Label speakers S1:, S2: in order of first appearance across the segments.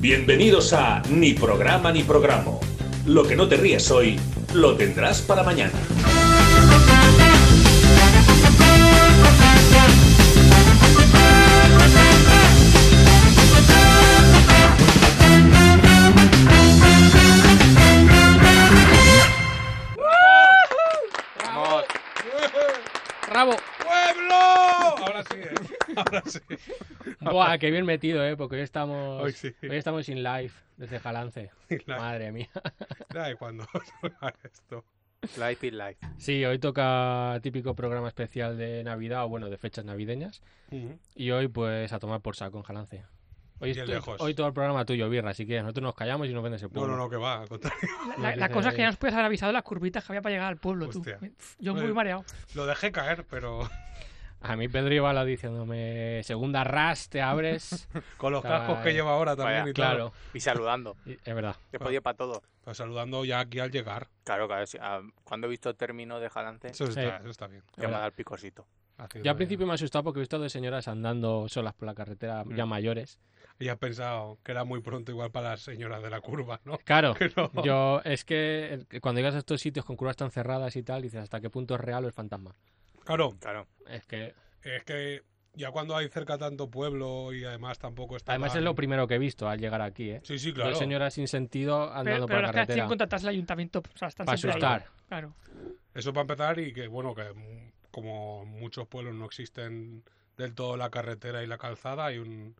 S1: Bienvenidos a Ni programa ni programa. Lo que no te ríes hoy, lo tendrás para mañana.
S2: ¡Rabo!
S3: ¡Pueblo! Ahora sí, ¿eh? Ahora sí.
S2: Buah, qué bien metido, ¿eh? Porque hoy estamos,
S3: Hoy sí.
S2: hoy estamos sin live desde Jalance. Madre mía.
S3: Ay, cuando esto.
S4: Life is life.
S2: Sí, hoy toca típico programa especial de Navidad o bueno, de fechas navideñas. Y hoy pues a tomar por saco en Jalance. Hoy,
S3: Bien
S2: estoy-
S3: lejos.
S2: hoy todo el programa tuyo, Birra, así que nosotros nos callamos y nos vendes el
S3: No,
S2: pueblo.
S3: no, no, que va, al contrario.
S5: La, la cosa es que ya nos puedes haber avisado las curvitas que había para llegar al pueblo, tú.
S3: Hostia.
S5: Yo muy
S3: Bueno.
S5: mareado.
S3: Lo dejé caer, pero
S2: A mí Pedro Ibala diciéndome, segunda ras, te abres.
S3: con los
S2: Estaba
S3: cascos que
S2: ahí.
S3: lleva ahora también
S4: Vaya,
S3: y tal.
S2: claro,
S4: Y saludando.
S2: y- es verdad.
S4: Te podía para todo.
S3: Pues saludando ya aquí al llegar.
S4: Claro, claro. sí. Ah, Cuando he visto el término de Jalance,
S3: Eso
S2: Sí.
S3: está, eso está bien.
S4: que me
S2: Hola.
S4: da el picosito.
S3: Haciendo
S2: Yo al
S3: bien.
S2: principio me he asustado porque he visto dos señoras andando solas por la carretera
S3: Mm.
S2: ya mayores.
S3: Y has pensado que era muy pronto igual para las señoras de la curva, ¿no?
S2: Claro,
S3: Que no.
S2: Yo, es que eh, cuando llegas a estos sitios con curvas tan cerradas y tal, dices hasta qué punto es real o es fantasma.
S3: Claro,
S4: Claro.
S2: Es que
S3: es que ya cuando hay cerca tanto pueblo y además tampoco está.
S2: además es
S3: tan-
S2: lo primero que he visto al llegar aquí, ¿eh?
S3: Sí, sí, claro.
S2: Dos señoras sin sentido
S5: Pero,
S2: andando
S5: pero
S2: por la
S5: las que las
S2: carretera.
S5: tienen contratadas el ayuntamiento, pues, o sea, están
S2: Para
S5: siempre ahí.
S2: asustar.
S5: Claro.
S3: Eso para empezar y que, bueno, que mm, como en muchos pueblos no existen del todo la carretera y la calzada, hay un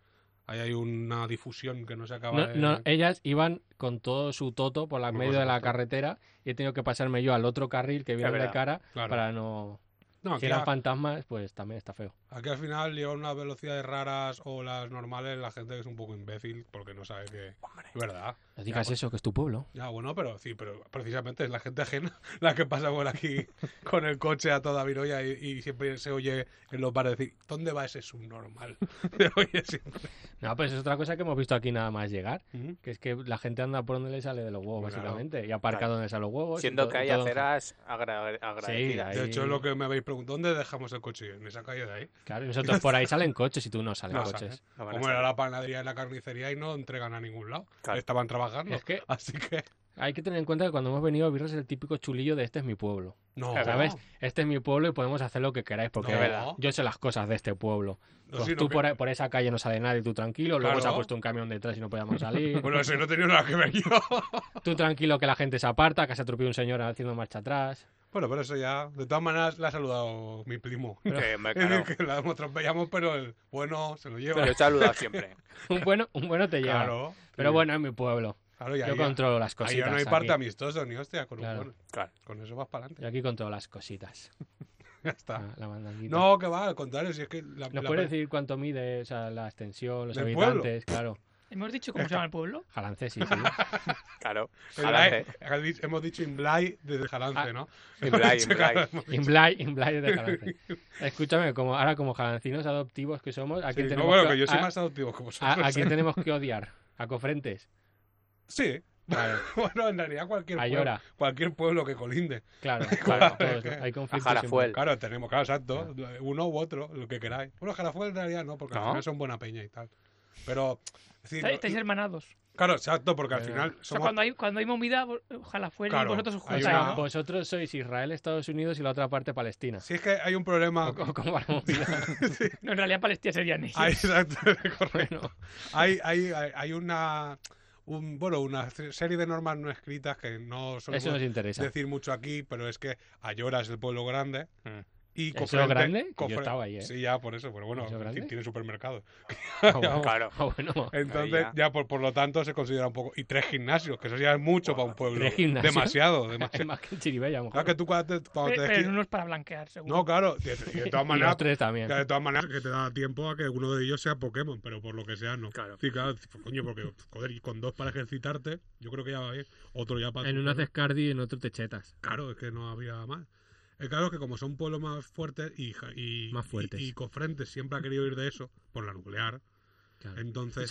S3: ahí hay una difusión que no se acaba
S2: No,
S3: de...
S2: no, eh, ellas iban con todo su toto por la
S3: Por
S2: medio de la
S3: supuesto.
S2: carretera y he tenido que pasarme yo al otro carril que viene de
S4: verdad,
S2: cara
S3: claro.
S2: para no.
S3: No,
S2: Si
S3: aquí,
S2: eran
S3: a-
S2: fantasmas, pues también está feo.
S3: aquí al final llevan unas velocidades raras o las normales, la gente es un poco imbécil porque no sabe que...
S4: Hombre.
S3: Es verdad.
S2: No digas
S3: pues-
S2: eso, que es tu pueblo.
S3: Ya, bueno, pero sí, pero precisamente es la gente ajena la que pasa por aquí con el coche a toda viroya y, y siempre se oye en los bares decir, ¿dónde va ese subnormal? Se oye siempre.
S2: No, pues es otra cosa que hemos visto aquí nada más llegar.
S3: Mm.
S2: Que es que la gente anda por donde le sale de los huevos,
S3: Claro.
S2: básicamente. Y aparca
S4: Claro.
S2: donde salen los huevos. y
S4: Siendo
S2: todo-
S4: que
S2: y
S4: hay
S2: todo-
S4: aceras agra- agradecidas.
S2: ahí-
S3: De hecho, es lo que me habéis preguntado. ¿Dónde dejamos el coche? En esa calle de ahí.
S2: Claro, y nosotros por ahí salen coches y tú no salen
S3: No
S2: coches.
S3: salen.
S4: ¿eh? No van a
S3: Como era
S4: saber.
S3: la panadería y la carnicería y no entregan a ningún lado.
S4: Claro.
S3: Estaban trabajando.
S2: Es que
S3: Así que...
S2: hay que tener en cuenta que cuando hemos venido a Birras es el típico chulillo de este es mi pueblo.
S3: No,
S2: ¿Sabes? Este es mi pueblo y podemos hacer lo que queráis porque
S3: No.
S2: es verdad, yo sé las cosas de este pueblo.
S3: No,
S2: Pues
S3: sí, no,
S2: tú
S3: que-
S2: por, por esa calle no sale nadie, tú tranquilo. Luego se ha
S3: Claro.
S2: puesto un camión detrás y no podíamos salir.
S3: Bueno, eso no tenía nada que ver yo.
S2: Tú tranquilo que la gente se aparta, que se atropella un señor haciendo marcha atrás.
S3: bueno, pero eso ya... De todas maneras, la ha saludado mi primo.
S4: Que me-
S3: Es
S4: claro.
S3: decir, que la hemos atropellado, pero el bueno se lo lleva.
S4: Yo he saludado siempre.
S2: Un bueno, un bueno te lleva.
S3: Claro.
S2: Pero bueno, es mi pueblo.
S3: Claro, y
S2: Yo
S3: ahí ya-
S2: controlo las
S3: ahí
S2: cositas.
S3: ya no hay
S2: aquí.
S3: parte amistoso ni hostia. Con, un
S2: Claro.
S3: bueno.
S4: Claro.
S3: con eso vas para adelante.
S2: Yo aquí controlo las cositas.
S3: Ya está.
S2: La- la mandanguita.
S3: No, que va, al contrario. Si es que la,
S2: ¿Nos
S3: la-
S2: pues puedes decir cuánto mide o sea, la extensión, los
S3: ¿Del
S2: habitantes? Claro.
S5: ¿Hemos dicho cómo se llama el pueblo?
S2: Jalancés, sí, sí.
S4: Claro.
S3: el-
S4: Adelante.
S3: eh, di- hemos dicho Imblay desde Jalance,
S2: Ah,
S3: ¿no?
S4: Imblay, Imblay.
S2: Inblay, Inblay de Jalance. Escúchame, como, ahora como jalancinos adoptivos que somos, ¿a
S3: Sí,
S2: quién
S3: no,
S2: tenemos,
S3: bueno,
S2: que,
S3: que yo soy
S2: a-
S3: más adoptivo que vosotros.
S2: a- a quién
S3: ¿eh?
S2: tenemos que odiar? ¿A Cofrentes?
S3: Sí.
S2: Claro,
S3: Bueno, en realidad cualquier
S2: A
S3: pueblo,
S2: Llora.
S3: cualquier pueblo que colinde.
S2: claro,
S4: Claro.
S2: claro, todos, ¿no? Hay
S4: A
S2: conflictos. siempre.
S4: Jarafuel.
S3: Claro, tenemos, claro, exacto. Uno u otro, lo que queráis. Bueno, Jarafuel en realidad no, porque
S4: ¿No?
S3: al final son buena peña y tal. Pero, es decir,
S5: Estáis, estáis hermanados.
S3: claro, exacto, porque al
S2: Este Pero-
S3: final
S5: O sea,
S3: somos...
S5: cuando hay, cuando hay movida, vo- ojalá fuera
S3: Claro,
S5: y vosotros os
S3: hay
S2: O
S5: juntáis.
S2: sea,
S3: una-
S5: ¿no?
S2: vosotros sois Israel, Estados Unidos y la otra parte Palestina.
S3: Si es que hay un problema...
S2: O- o como la movida.
S5: No, en realidad Palestina sería ellos.
S3: Hay, exacto, correcto.
S2: Bueno,
S3: Hay, hay, hay- hay una... un- bueno, una serie de normas no escritas que no
S2: eso nos
S3: solemos
S2: interesa.
S3: decir mucho aquí, pero es que Ayora es el pueblo grande.
S4: Mm.
S3: Y
S2: ¿Eso
S3: Cofrente-
S2: Hmm. grande? Que yo
S3: Cofre-
S2: estaba ahí, ¿eh?
S3: Sí, ya, por eso, pero bueno,
S2: ¿Eso
S3: ti-
S2: grande?
S3: tiene supermercado.
S2: Ah, bueno.
S4: Claro.
S2: Ah, bueno.
S3: Entonces,
S4: ya.
S3: ya, por, por lo tanto, se considera un poco. Y tres gimnasios, que eso ya es mucho para un pueblo.
S2: ¿Tres gimnasios?
S3: Demasiado,
S2: Es
S3: demasiado.
S2: más que en Chiribella, a lo mejor.
S3: Claro que tú cuando te, cuando
S5: Pero,
S3: te
S5: pero en
S3: desqui-
S5: unos para blanquear, seguro.
S3: No, claro, de, de- de todas
S2: Y los
S3: maneras.
S2: tres también.
S3: De todas maneras, que te da tiempo a que uno de ellos sea Pokémon, pero por lo que sea, no.
S4: Claro.
S3: Sí, claro, pues, coño, porque, joder, y con dos para ejercitarte, yo creo que ya va bien. Otro ya para.
S2: En uno haces cardio y en otro te chetas.
S3: Claro, es que no había más. El claro es que como son pueblos más fuertes y, ja- y,
S2: Más fuertes.
S3: y, y Cofrentes siempre ha querido ir de eso, por la nuclear,
S2: Claro.
S3: entonces...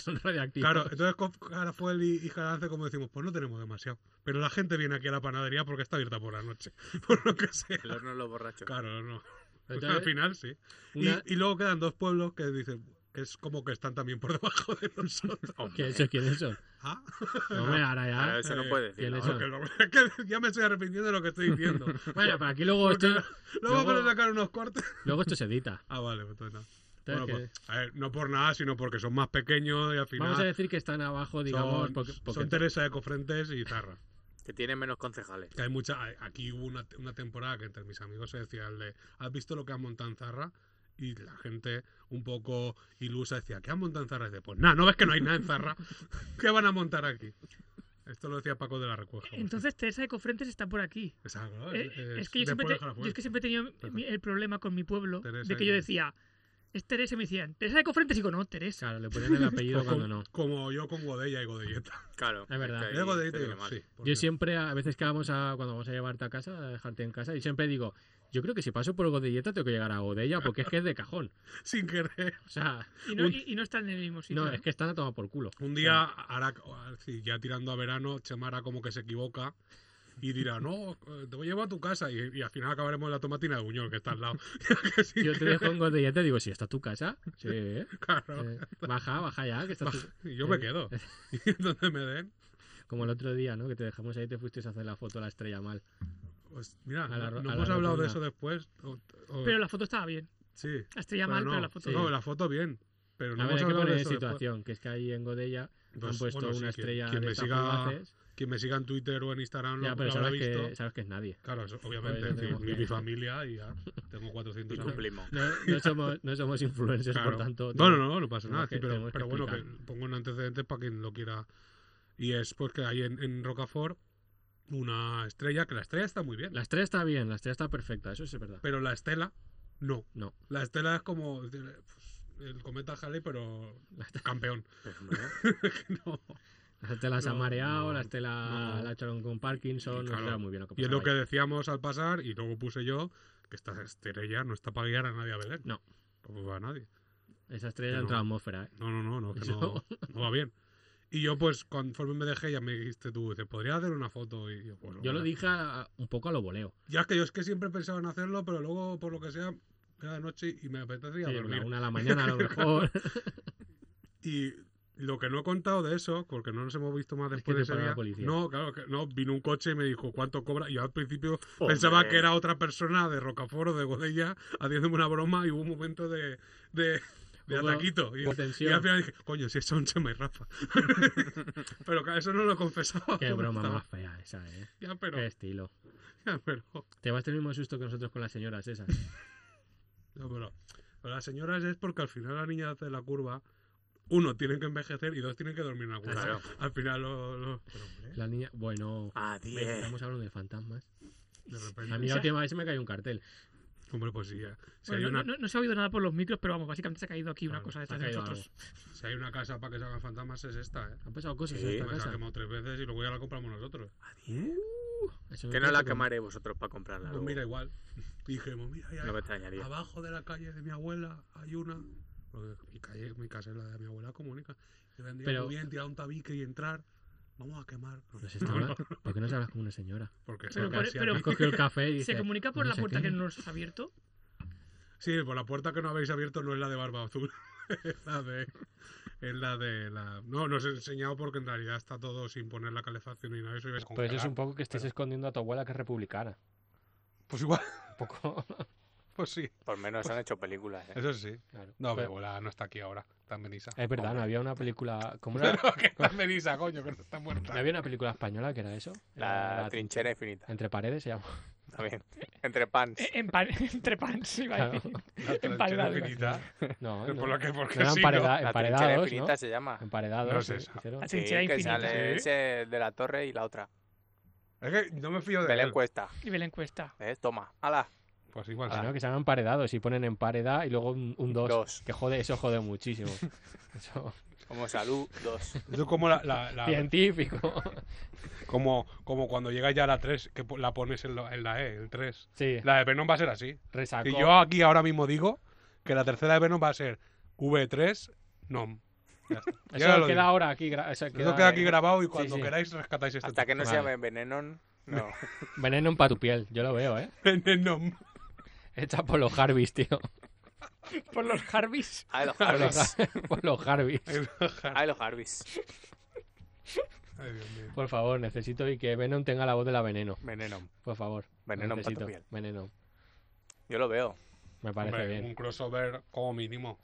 S2: Son radiactivos.
S3: Claro, entonces Cof- Carafuel y, y Jalance, como decimos, pues no tenemos demasiado. Pero la gente viene aquí a la panadería porque está abierta por la noche, por lo que sea.
S4: El horno de los borrachos.
S3: Claro, no. Pues
S2: Entonces,
S3: Al final sí. Y-
S2: una-
S3: Y, luego quedan dos pueblos que dicen, es como que están también por debajo de nosotros.
S2: ¿Qué eso? ¿Quiénes son?
S3: Ah,
S2: No, hombre, ahora ya.
S4: Claro, eso no
S3: eh,
S4: puede decir.
S2: ¿Quiénes
S3: no,
S2: son?
S3: que no- es que ya me estoy arrepintiendo de lo que estoy diciendo.
S2: Bueno, para aquí luego esto,
S3: Luego
S2: Luego-
S3: van a sacar unos cortes.
S2: luego esto se edita.
S3: Ah, vale, pues entonces no.
S2: Entonces,
S3: Bueno,
S2: que-
S3: pues, a ver, no por nada, sino porque son más pequeños y al final
S2: Vamos a decir que están abajo, digamos,
S3: son,
S2: porque, porque-
S3: son Teresa de Cofrentes y Zarra.
S4: Que tienen menos concejales.
S3: Que hay mucha, hay- aquí hubo una, una temporada que entre mis amigos se decía el de, ¿has visto lo que han montado en Zarra? Y la gente un poco ilusa decía, ¿qué han montado en Zarra? Y dice, pues nada, ¿no ves que no hay nada en Zarra? ¿Qué van a montar aquí? Esto lo decía Paco de la Recueja. por
S5: Entonces Teresa de Cofrentes está por aquí.
S3: cierto. Exacto, ¿no?
S5: Eh, es, que yo siempre,
S3: después Pues, de
S5: te-
S3: Jarafuel.
S5: yo es que siempre he tenido mi- el problema con mi pueblo
S3: Teresa
S5: de que
S3: y-
S5: yo decía, es Teresa y me decían, Teresa de Cofrentes y digo, no, Teresa.
S2: Claro, le ponen el apellido
S3: Como-
S2: cuando no.
S3: Como yo con Godella y Godelleta.
S4: Claro.
S2: Es verdad.
S4: que ahí
S3: Yo Godelleta
S4: se
S3: digo,
S4: tiene mal.
S3: sí. ¿por
S2: Yo
S3: qué?
S2: siempre, a veces que vamos a, cuando vamos a llevarte a casa, a dejarte en casa, y siempre digo, yo creo que si paso por Godelleta tengo que llegar a Godella porque es que es de cajón.
S3: Sin querer.
S2: O sea,
S5: Y no,
S2: un-
S5: y, y no están en el mismo sitio.
S2: no,
S5: ¿no?
S2: es que están a tomar por culo.
S3: Un día, hará, sí, ya tirando a verano, Chemara como que se equivoca y dirá, no, eh, te voy a llevar a tu casa. Y, y al final acabaremos en la tomatina de Buñol, que está al lado. Que sí,
S2: Yo te dejo en Godelleta y digo, si está tu casa, sí, ¿eh?
S3: claro.
S2: Eh, baja, baja ya, que está tu...
S3: Y yo me quedo. Y donde me den.
S2: Como el otro día, ¿no? Que te dejamos ahí y te fuiste a hacer la foto a la estrella mal.
S3: Pues mira,
S2: A la ro-
S3: no
S2: a la
S3: hemos hablado de
S2: rotunda.
S3: eso después. o- o-
S5: Pero la foto estaba bien.
S3: sí.
S5: La estrella
S3: pero
S5: mal,
S3: no,
S5: pero la foto
S3: no,
S5: bien.
S3: la foto bien. Pero no
S2: a ver,
S3: hemos
S2: hay que
S3: hablado
S2: poner
S3: de
S2: en
S3: eso después.
S2: situación, que es que ahí en Godella
S3: Pues,
S2: han puesto
S3: bueno, sí,
S2: una
S3: quien-
S2: estrella
S3: quien
S2: de
S3: me
S2: estas
S3: siga-
S2: fugaces.
S3: Quien me siga en Twitter o en Instagram lo,
S2: Ya, pero
S3: lo habrá
S2: sabes
S3: visto.
S2: que, sabes que es nadie.
S3: Claro, eso, obviamente.
S2: Pues
S3: en fin,
S2: tenemos
S3: mi,
S2: que-
S3: mi familia y ya tengo
S4: Y
S3: 400 euros.
S4: cumplimos.
S2: No, no somos, no somos influencers,
S3: Claro.
S2: por tanto.
S3: No, no,
S2: tío.
S3: no, no pasa
S2: tenemos
S3: nada. sí,
S2: que-
S3: pero
S2: tenemos que
S3: pero bueno, que
S2: explicar.
S3: pongo un antecedente para quien lo quiera. Y es porque hay en, en Rocafort una estrella, que la estrella está muy bien,
S2: La estrella está bien, la estrella está perfecta, eso sí es verdad.
S3: pero la estela no.
S2: No.
S3: La estela es como eh, pues, el cometa Halley, pero
S2: La estela-
S3: campeón.
S2: Pero, hombre,
S3: No.
S2: La estela se ha
S3: No,
S2: mareado,
S3: no,
S2: la estela
S3: no.
S2: la echaron con Parkinson, no
S3: Claro.
S2: estaba muy bien lo que
S3: Y es lo que
S2: pasaba ahí.
S3: decíamos al pasar, y luego puse yo, que esta estrella no está para guiar a nadie a Belén.
S2: No.
S3: Como va a nadie.
S2: Esa estrella
S3: que
S2: entra a
S3: no.
S2: la atmósfera, ¿eh?
S3: No, no, no, no, que no,
S2: Eso.
S3: no va bien. Y yo, pues, conforme me dejé, ya me dijiste tú, dices, ¿podría hacer una foto? Y yo, pues,
S2: Yo lo
S3: venga.
S2: dije a- a- un poco a lo voleo.
S3: Ya es que yo es que siempre pensaba en hacerlo, pero luego, por lo que sea, era de noche y me apetecía
S2: Sí,
S3: dormir.
S2: la una de la mañana a lo mejor.
S3: Y lo que no he contado de eso, porque no nos hemos visto más
S2: Es que
S3: después
S2: te
S3: de ese
S2: paró la
S3: día.
S2: policía.
S3: No, claro, que no. Vino un coche y me dijo cuánto cobra. Y yo al principio pensaba que era otra persona de Rocaforo, de Godella, haciéndome una broma y hubo un momento de. de de
S2: Hubo-
S3: ataquito. Y,
S2: hubo
S3: y
S2: tensión.
S3: al final dije, coño, si es un Chema y Rafa. pero claro, eso no lo confesaba.
S2: Qué
S3: no
S2: broma
S3: estaba-
S2: más fea esa, ¿eh?
S3: Ya, pero,
S2: Qué estilo.
S3: ya, pero.
S2: Te vas a tener el mismo susto que nosotros con las señoras esas.
S3: No, pero pero las señoras es porque al final la niña hace la curva. Uno, tienen que envejecer y dos, tienen que dormir en la curva.
S4: Claro.
S3: Al final, lo, lo- pero, hombre,
S2: La niña... Bueno...
S4: Ah,
S2: ven,
S4: diez.
S2: Estamos hablando de fantasmas.
S3: de
S2: A
S3: repente.
S2: mí la última vez se me cayó un cartel.
S3: Hombre, pues sí. eh. Si,
S5: Bueno,
S3: hay
S5: no-
S3: una,
S5: no, no se ha oído nada por los micros, pero vamos, básicamente se ha caído aquí una
S3: Claro,
S2: se
S5: cosa
S2: ha
S5: detrás de
S2: caído
S5: nosotros.
S3: si hay una casa para que se hagan fantasmas, es esta, ¿eh?
S2: Han pasado cosas
S4: Sí,
S2: en esta
S3: Me la
S2: casa.
S3: ha quemado tres veces y luego ya la compramos nosotros.
S2: Eso me
S4: Que no la
S2: parece como-
S4: quemaré vosotros para comprarla.
S3: Pues
S4: luego.
S3: mira, igual. Dijimos, mira, ya,
S4: No me extrañaría.
S3: abajo de la calle de mi abuela hay una. Porque Mi, calle, mi casa es la de mi abuela comunica. Y vendría
S2: Pero-
S3: muy bien tirar un tabique y entrar. Vamos a quemar.
S2: Nos está habla- ¿Por qué no se hablas como una señora?
S3: Porque se
S5: Pero-
S3: acaba
S5: pero-
S3: así
S2: Has
S3: aquí.
S2: cogido el café y
S5: ¿Se
S2: dices,
S5: comunica por
S2: no
S5: la
S2: sé
S5: puerta
S2: qué.
S5: que no nos has abierto?
S3: Sí, por la puerta que no habéis abierto no es la de Barba Azul. es la de. Es la de la. No, no os he enseñado porque en realidad está todo sin poner la calefacción ni nada. Eso ibas
S6: Pues es un poco que estés escondiendo a tu abuela que es republicana.
S3: Pues igual,
S6: Un poco.
S3: pues sí.
S4: Por menos han hecho películas. ¿eh?
S3: Eso sí.
S6: claro.
S3: No, mi
S6: Pero-
S3: abuela no está aquí ahora. Está en Benissa.
S6: es verdad, no había una película. ¿Cómo era?
S3: Claro que está en Benissa, coño, que no está
S6: ¿No
S3: muerta.
S6: había una película española que era eso? Era
S4: La, trinchera infinita.
S6: Entre paredes se llama.
S4: También. Entre pans.
S5: Eh, en pan- entre pants, iba a
S6: Claro.
S5: decir.
S3: La
S5: Empalada,
S3: trinchera infinita.
S6: No,
S3: Por
S6: no.
S3: lo que, porque
S6: No eran
S3: sí, ¿no?
S6: pareda-
S4: La trinchera
S6: emparedados,
S4: infinita
S6: ¿no?
S4: se llama.
S6: Emparedados.
S3: No sé
S6: ¿eh?
S3: esa.
S6: hicieron.
S5: La
S4: Sí,
S5: trinchera
S4: que
S5: infinita.
S4: sale
S3: ¿Sí?
S4: ese de la torre y la otra.
S3: Es que no me fío de
S4: Belén
S3: él.
S4: Cuesta.
S5: Y ve la encuesta.
S4: ¿eh? Toma. ¡Hala!
S3: Pues igual
S6: Ah,
S3: sí.
S6: no, que se llaman paredados y ponen en paredad y luego un, un dos,
S4: Dos.
S6: Que jode, eso jode muchísimo. Eso,
S4: Como salud, dos.
S3: Eso es como, la, la- la-
S6: científico.
S3: como, como cuando llegas ya a la 3, que po- la pones en, lo- en la E, el 3.
S6: Sí,
S3: La de Venom va a ser así.
S6: resacó.
S3: Y yo aquí ahora mismo digo que la tercera de Venom va a ser V3 NOM. Ya está. Yo ya
S6: eso
S3: lo
S6: queda
S3: digo.
S6: ahora aquí. gra- Eso
S3: Eso queda aquí
S6: eh,
S3: grabado y cuando
S6: sí.
S3: queráis rescatáis este
S4: Hasta que no se
S6: Vale.
S4: llame Venenon. No.
S6: Veneno para tu piel, yo lo veo, ¿eh?
S3: Venom.
S6: Hecha por los Harvis, tío.
S5: Por los Harveys.
S4: Ahí los
S2: Por los,
S4: Harvis.
S2: por los Harveys.
S4: Ahí los Harvis.
S3: Ay, Dios mío.
S2: Por favor, necesito y que Venom tenga la voz de la Veneno.
S4: Veneno.
S2: Por favor. lo
S4: Veneno en pato
S2: necesito.
S4: piel.
S2: Veneno.
S4: Yo lo veo.
S2: Me parece
S3: Hombre,
S2: bien.
S3: Un crossover como mínimo.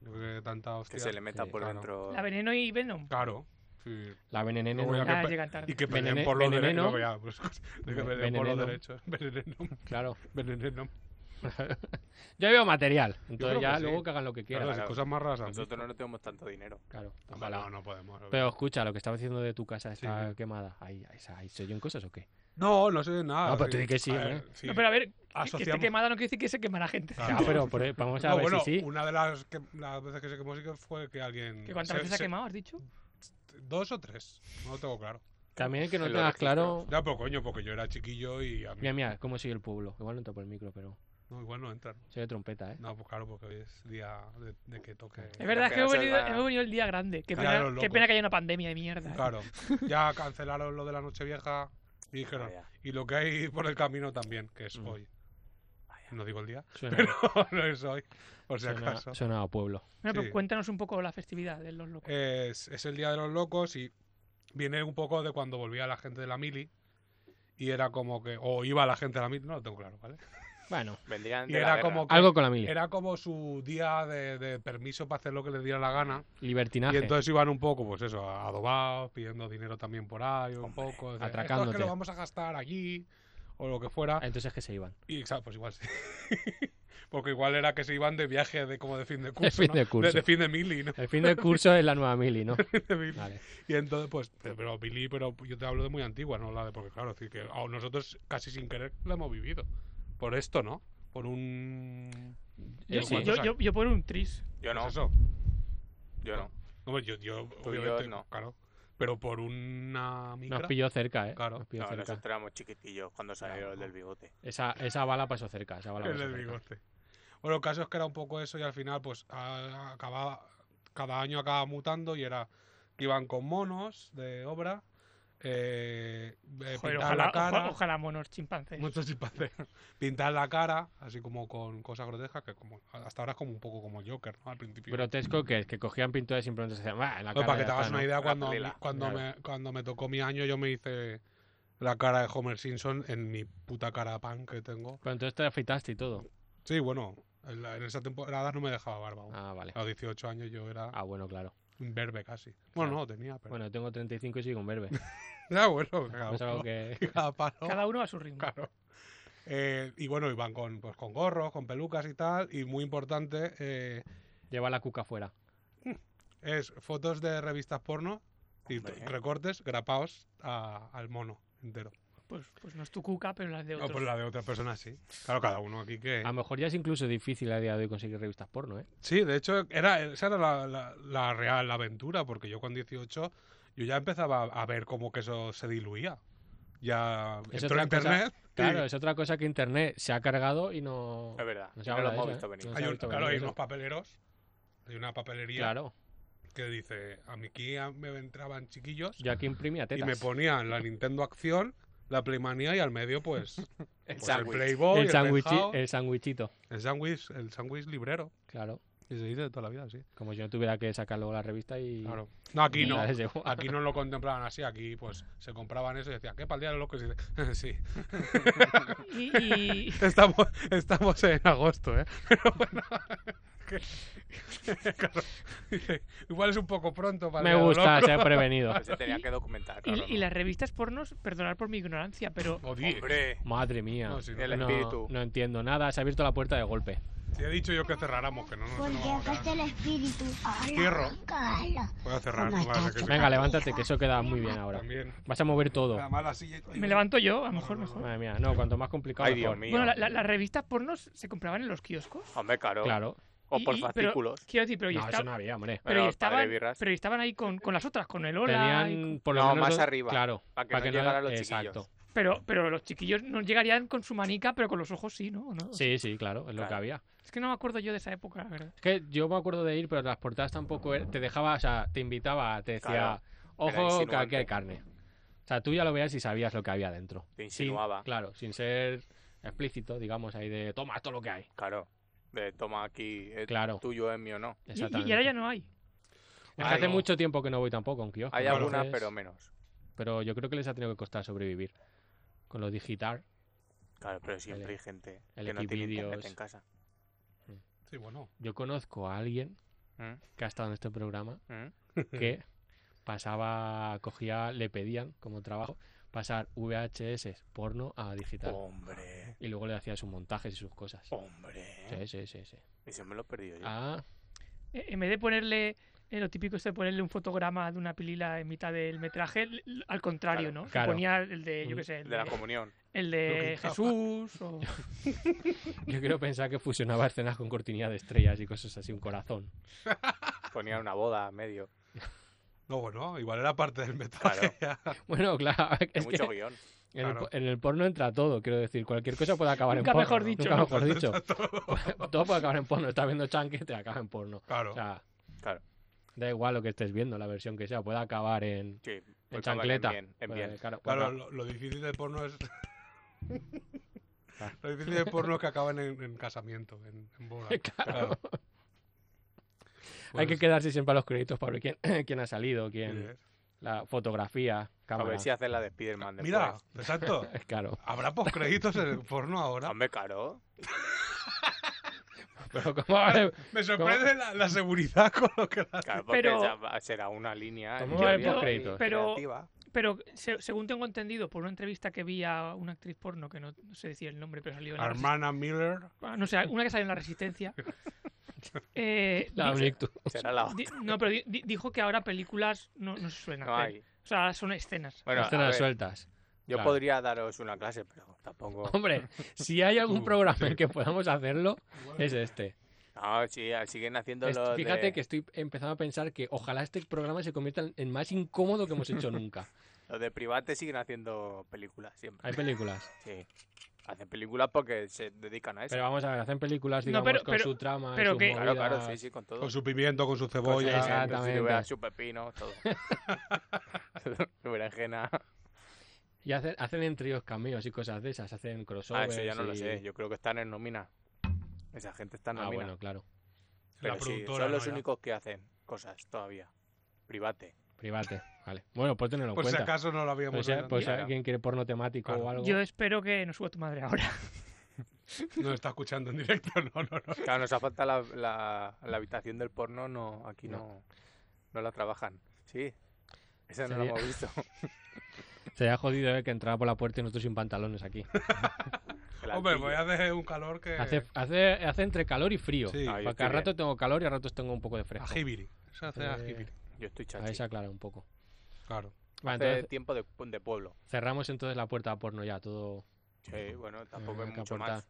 S3: Yo creo que tanta
S4: Que
S3: hostia.
S4: se le meta
S2: sí,
S4: por
S3: claro.
S4: dentro.
S5: La Veneno y Venom.
S3: Claro. sí.
S2: La veneneno.
S3: Luego ya
S5: Ya
S3: pe-
S5: llegan tarde.
S3: Y que peleen
S2: Venene-
S3: por los
S2: veneneno.
S3: derechos. ya, pues, de que
S2: Ve-
S3: peleen por los
S2: veneneno.
S3: derechos. Veneneno.
S2: Claro.
S3: Veneneno.
S2: Yo veo material.
S3: creo
S2: Entonces
S3: que
S2: ya
S3: sí.
S2: luego que hagan lo que
S3: Claro,
S2: quieran.
S3: las
S4: claro.
S3: cosas más raras. han visto.
S4: Nosotros no tenemos tanto dinero.
S2: Claro.
S3: Hombre,
S2: ojalá.
S3: No, no podemos. obvio.
S2: Pero escucha, lo que estabas diciendo de tu casa está
S3: Sí.
S2: quemada. Ahí, ahí, ahí, ¿Se oyen cosas o qué?
S3: No, no sé nada.
S2: No, pero tú
S3: sí.
S2: di que sí,
S3: A
S2: hombre.
S3: ver, sí.
S5: No, pero a ver, que este esté
S3: Asociamos-
S5: quemada no quiere decir que se quemará gente.
S3: Claro.
S2: Ah, pero por- vamos a
S3: No,
S2: ver
S3: bueno,
S2: si sí.
S3: una de las, que, las veces que se quemó sí que fue que alguien.
S5: ¿Que ¿Cuántas
S3: se-
S5: veces se ha
S3: se-
S5: quemado, has dicho?
S3: Dos o tres. No lo tengo claro.
S2: También que no
S4: se lo
S2: tengas
S4: registro.
S2: claro.
S3: Ya, pero coño, porque yo era chiquillo y a mí.
S2: Mira, mira, cómo sigue el pueblo. Igual no entra por el micro, pero
S3: No, igual no entran.
S2: soy de trompeta, ¿eh?
S3: No, pues claro, porque hoy es día de, de que toque.
S5: Es verdad
S4: que
S5: que, hemos,
S4: no se
S5: venido,
S4: va-
S5: hemos venido el día grande. Qué pena,
S3: Claro,
S5: qué
S3: loco.
S5: pena que haya una pandemia de mierda. ¿eh?
S3: Claro. Ya cancelaron lo de la Nochevieja y dijeron.
S4: Vaya,
S3: Y lo que hay por el camino también, que es
S2: Mm.
S3: hoy.
S4: vaya.
S3: No digo el día,
S2: Suena,
S3: pero no es hoy, por si
S2: suena-
S3: acaso.
S2: suena a pueblo.
S5: Bueno, pero
S3: Sí. Eh,
S5: cuéntanos un poco la festividad de los locos.
S3: Es, es el Día de los Locos y viene un poco de cuando volvía la gente de la mili. Y era como que. O iba la gente de la mili, no lo tengo claro, ¿vale?
S2: Bueno,
S4: Vendrían
S3: Y
S4: de la
S3: era
S4: guerra.
S3: como que.
S2: algo con la mili.
S3: Era como su día de, de permiso para hacer lo que les diera la gana. Y
S2: Libertinaje.
S3: entonces iban un poco, pues eso, adobados, pidiendo dinero también por ahí, un
S4: Hombre,
S3: poco. decían, "Esto es que
S2: atracándote".
S3: lo vamos a gastar allí, o lo que fuera.
S2: Entonces que se iban.
S3: Y exacto, pues igual sí. Porque igual era que se iban de viaje de como de fin de curso.
S2: fin
S3: ¿no?
S2: de curso.
S3: fin de mili, ¿no?
S2: El fin del curso es la nueva mili, ¿no?
S3: De mili.
S2: Vale.
S3: Y entonces, pues, pero, pero mili, pero yo te hablo de muy antigua, ¿no? La de, porque claro, es decir, que a nosotros casi sin querer la hemos vivido. Por esto, ¿no? Por un.
S5: Yo,
S2: Eh, sí.
S5: yo, yo, yo por un tris.
S4: Yo
S3: pues
S4: no,
S3: eso.
S4: yo no.
S3: Hombre, yo, yo,
S4: Tú y yo
S3: obviamente,
S4: no.
S3: claro. Pero por una micra.
S2: Nos pilló cerca, ¿eh?
S3: Claro.
S2: Nos pilló
S4: No,
S2: cerca.
S4: nosotros éramos chiquitillos cuando salió el del bigote.
S2: Esa, esa bala pasó cerca. Esa bala
S3: el
S2: pasó
S3: del
S2: cerca.
S3: bigote. Bueno, el caso es que era un poco eso y al final, pues, a- acababa, cada año acaba mutando y era que iban con monos de obra, eh, eh, pintar
S5: Joder, ojalá,
S3: la cara,
S5: oja- ojalá monos chimpancés.
S3: muchos chimpancés, pintar la cara, así como con cosas grotescas que como hasta ahora es como un poco como el Joker, ¿no? Al principio.
S2: Grotesco que es que cogían pinturas y simplemente se hacían. "Bah, en la cara
S3: Bueno, para que
S2: ya
S3: te hagas
S2: está,
S3: una
S2: ¿no?".
S3: idea,
S4: La
S3: cuando,
S4: pela.
S3: cuando,
S2: Claro.
S3: me, cuando me tocó mi año, yo me hice la cara de Homer Simpson en mi puta cara pan que tengo.
S2: Pero entonces te afeitaste y todo.
S3: Sí, bueno, en, la- en esa temporada no me dejaba barba. aún.
S2: Ah, vale.
S3: A los 18 años yo era
S2: Ah, bueno, claro.
S3: un verbe casi.
S2: Claro.
S3: Bueno, no, tenía, pero.
S2: Bueno, tengo 35 y sigo un verbe.
S3: Ya, bueno, cada
S2: Es algo
S3: uno-
S2: que.
S3: cada palo,
S5: Cada uno a su ritmo.
S3: claro. Eh, y bueno, iban con, pues, con gorros, con pelucas y tal. Y muy importante, eh,
S2: Lleva la cuca fuera.
S3: es fotos de revistas porno y
S4: Hombre.
S3: recortes grapados a- al mono entero.
S5: Pues, pues no es tu cuca, pero las de
S3: No,
S5: otros.
S3: pues la de otras personas sí. Claro, cada uno aquí que.
S2: A lo mejor ya es incluso difícil a día de hoy conseguir revistas porno, ¿eh?
S3: Eh. Sí, de hecho, era, esa era la, la- la real aventura, porque yo con 18 yo ya empezaba a ver como que eso se diluía. Ya
S2: Es
S3: entró en
S2: otra cosa-
S3: internet. y
S2: Claro, es otra cosa que internet se ha cargado y no.
S4: Es verdad.
S2: No se
S4: yo no lo
S2: habla de
S4: hemos
S2: eso,
S4: visto
S2: ¿eh?
S4: venir.
S2: No se
S3: hay
S2: ha
S3: un-
S2: visto
S3: claro,
S2: venir
S3: hay
S2: eso.
S3: unos papeleros. Hay una papelería
S2: Claro.
S3: que dice: A mí aquí a- me entraban chiquillos
S2: Yo aquí imprimía
S3: y
S2: tetas.
S3: me ponían la Nintendo Acción, la Playmanía y al medio, pues,
S4: El
S3: pues el
S4: sándwich.
S3: Playboy, el
S2: el, sándwichi-
S3: Penthouse,
S2: el sandwichito.
S3: el sándwich el sándwich librero.
S2: Claro.
S3: Y se dice de toda la vida, sí.
S2: Como si no tuviera que sacar luego la revista y.
S3: Claro. No,
S2: y
S3: aquí no.
S2: la desde-
S3: Aquí no lo contemplaban así, aquí pues se compraban eso y decían, ¿qué paldea los locos? Y dice, sí,
S5: Y, y-
S3: estamos, estamos en agosto, ¿eh? Pero bueno, que- claro, dice, igual es un poco pronto para... el
S2: Me
S3: día de los
S2: gusta
S3: locos".
S2: ser prevenido.
S4: Pues se tenía que documentar.
S5: y-
S4: claro,
S5: y
S4: ¿no?
S5: las revistas pornos, perdonad por mi ignorancia, pero
S3: Oye,
S4: Hombre,
S2: Madre mía.
S3: No, sí, no.
S4: El
S2: No-
S4: espíritu.
S2: no entiendo nada. Se ha abierto la puerta de golpe.
S3: Te he dicho yo que cerráramos, que no nos no
S7: Porque
S3: vamos a
S7: afecta
S3: quedar.
S7: el espíritu. Hola,
S3: Cierro.
S7: hola.
S3: Voy a cerrar,
S7: Como
S3: no vaya a ser que
S7: estás,
S3: se-
S2: Oh Venga, levántate, que eso queda muy bien ahora.
S3: También.
S2: Vas a mover todo.
S3: La mala silla-
S5: me levanto yo, a lo mejor mejor.
S2: Madre mía, no, cuanto más complicado
S4: ay Dios
S2: mejor.
S4: mío.
S5: Bueno, la- la- las revistas pornos se compraban en los kioscos.
S4: Hombre, claro.
S2: Claro.
S4: O
S5: Y-
S4: por
S5: y- pero-
S4: fascículos.
S5: Quiero decir, pero, y
S2: No,
S5: esta-
S2: eso no había, hombre.
S5: pero, y
S4: Bueno,
S5: estaban,
S4: padre birras.
S5: pero y estaban ahí con, con las otras, con el hola. y con-
S2: Tenían por lo
S4: No,
S2: menos
S4: más
S2: dos-
S4: arriba,
S2: Claro.
S4: para que no llegaran los
S2: Exacto.
S4: chiquillos.
S5: Pero, pero los chiquillos no llegarían con su manica, pero con los ojos sí, ¿no? ¿O no?
S2: Sí, sí, claro, es lo que
S4: Claro.
S2: había.
S5: Es que no me acuerdo yo de esa época, la verdad.
S2: Es que yo me acuerdo de ir, pero las portadas tampoco er- te dejaba, o sea, te invitaba, te decía,
S4: Claro,
S2: ojo, que
S4: insinuante.
S2: aquí hay carne. O sea, tú ya lo veías y sabías lo que había dentro.
S4: Te
S2: Sin-
S4: insinuaba. Eh,
S2: claro, sin ser explícito, digamos, ahí de, toma esto lo que hay.
S4: Claro. De toma aquí, es
S2: Claro.
S4: tuyo, es mío, no.
S5: Y-
S2: Exactamente.
S5: Y, y ahora ya no hay.
S2: Es que hace
S4: Ay, no.
S2: mucho tiempo que no voy tampoco a un kiosco.
S4: Hay algunas,
S2: entonces-
S4: pero menos.
S2: Pero yo creo que les ha tenido que costar sobrevivir. Con lo digital.
S4: Claro, pero siempre
S2: El-
S4: hay gente
S2: el
S4: que no tiene internet
S2: Xvideos.
S4: en casa.
S7: Sí, bueno.
S2: Yo conozco a alguien
S4: ¿Mm?
S2: que ha estado en este programa
S4: ¿Mm?
S2: que pasaba, cogía, le pedían como trabajo pasar VHS porno a digital.
S4: Oh. Hombre,
S2: Y luego le hacía sus montajes y sus cosas.
S4: Oh. hombre.
S2: Sí, sí, sí, sí.
S4: Y se me lo he perdido yo.
S2: Ah,
S5: Eh, En vez de ponerle eh, lo típico esto de ponerle un fotograma de una pilila en mitad del metraje, l- l- al contrario,
S4: Claro.
S5: ¿no?
S2: Claro.
S5: Ponía el de, yo
S2: Mm.
S5: qué sé, el
S4: De la
S5: de,
S4: comunión.
S5: el
S7: Lo que
S5: de
S7: estaba.
S5: Jesús o...
S2: yo quiero pensar que fusionaba escenas con cortinilla de estrellas y cosas así, un corazón.
S4: Ponían una boda a medio.
S7: No, bueno, igual era parte del metraje. ya.
S2: Bueno, claro,
S4: Hay
S2: es que
S4: mucho guión.
S2: en, el,
S7: claro.
S2: po- en el porno entra todo, quiero decir, cualquier cosa puede acabar
S5: Nunca
S2: en porno.
S5: mejor dicho,
S2: Nunca
S5: ¿no?
S2: mejor dicho.
S7: Todo.
S2: Todo puede acabar en porno. Estás viendo chanque, te acaba en porno.
S7: Claro.
S2: O sea,
S4: Claro.
S2: da igual lo que estés viendo, la versión que sea, puede acabar en,
S4: Sí,
S2: en
S4: pues acaban
S2: chancleta.
S4: En bien, en
S2: Puede-
S4: bien.
S2: Claro,
S7: Claro,
S2: bueno,
S7: lo, lo difícil del porno es.
S2: Claro.
S7: lo difícil del porno es que acaban en, en casamiento, en, en boda.
S2: claro. Hay
S7: Pues,
S2: que quedarse siempre a los créditos para ver quién, quién ha salido,
S7: sí,
S2: quién.
S7: ¿eh?
S2: La fotografía,
S4: A
S2: cámara.
S4: ver si hacen la de
S3: Ah,
S4: Spiderman después.
S7: Mira, exacto.
S2: Claro,
S7: ¿Habrá postcréditos en el porno ahora?
S4: Hombre, caro.
S2: pero como va a haber-
S7: Me sorprende la, la seguridad con lo que
S3: Ah,
S7: la.
S4: Claro, porque
S5: Pero-
S4: ya va- será una línea.
S2: ¿Cómo
S4: en
S2: va a haber
S4: teoría,
S2: postcréditos?
S4: y
S5: Pero-
S4: creativa.
S5: Pero se- según tengo entendido, por una entrevista que vi a una actriz porno, que no, no sé decir el nombre, pero salió en la Resi-
S7: Armana Miller.
S5: Ah, No sé, una que salió en la Resistencia. eh,
S2: la
S5: di-
S2: Unictus.
S4: Será la
S5: di- no, pero di- di- dijo que ahora películas no, no se suelen
S4: No
S5: hacer.
S4: hay.
S2: Este
S5: O sea, son escenas.
S4: Bueno, a
S2: Escenas
S4: ver,
S2: sueltas.
S4: yo
S2: claro.
S4: podría daros una clase, pero tampoco.
S2: Hombre, si hay algún
S7: Tú,
S2: programa en que podamos hacerlo, es este.
S4: No, sí, ah, siguen haciendo
S2: Est-
S4: los.
S2: Fíjate
S4: de-
S2: que estoy empezando a pensar que ojalá este programa se convierta en- en más incómodo que hemos hecho nunca.
S4: Los de Private siguen haciendo películas siempre.
S2: Hay películas.
S4: Sí. Hacen películas porque se dedican a eso.
S2: Pero vamos a ver, hacen películas,
S5: No,
S2: digamos,
S5: pero-
S2: con
S5: pero-
S2: su trama. y
S5: pero
S2: sus
S5: que-
S4: claro, claro,
S2: movidas.
S4: sí, sí, con todo.
S7: Con su pimiento, con su
S2: Pues
S4: Con su-
S7: cebolla.
S4: con
S2: Exacto.
S4: su
S2: Exactamente.
S4: cebolla, su pepino, todo. su berenjena.
S2: Y hacen, hacen entre ellos cameos y cosas de esas, hacen
S4: Ah,
S2: crossovers.
S4: eso ya no lo
S2: y-
S4: sé. Yo creo que están en nómina. Esa gente está en
S2: Ah,
S4: nómina.
S2: bueno, claro.
S7: La
S4: Pero sí,
S7: productora,
S4: son los
S7: ¿no? Ya.
S4: únicos que hacen cosas todavía. Private.
S2: Private. Vale. Bueno, pues tenerlo en
S7: Por si
S2: cuenta.
S7: acaso no lo habíamos
S2: Pues si,
S7: oído.
S2: pues si
S4: Claro.
S2: alguien quiere porno temático
S7: Claro.
S2: o algo.
S5: Yo espero que no suba tu madre ahora.
S7: No está escuchando en directo, no, no, no.
S4: Claro, nos ha falta la, la, la habitación del porno, no, aquí
S2: No.
S4: no. no, la trabajan. Sí, esa no la
S2: Sería-
S4: hemos visto.
S2: Se ha jodido eh, que entraba por la puerta y nosotros sin pantalones aquí.
S4: El
S7: Hombre,
S4: altillo.
S7: voy a hacer un calor que.
S2: Hace, hace, hace entre calor y frío.
S7: Sí.
S4: Ah, yo
S2: Porque a
S4: estoy bien,
S2: ratos tengo calor y a ratos tengo un poco de fresco.
S7: Ajibiri. Se hace
S2: Eh,
S7: ajibiri.
S4: Yo estoy chachi.
S2: Ahí se aclara un poco.
S7: Claro.
S2: Vale,
S4: Hace
S2: entonces
S4: tiempo de, de pueblo.
S2: cerramos entonces la puerta a porno ya, todo.
S4: Sí, bueno,
S7: Ah,
S4: tampoco
S2: hay
S4: es
S2: que
S4: mucho
S2: aportar.
S4: más.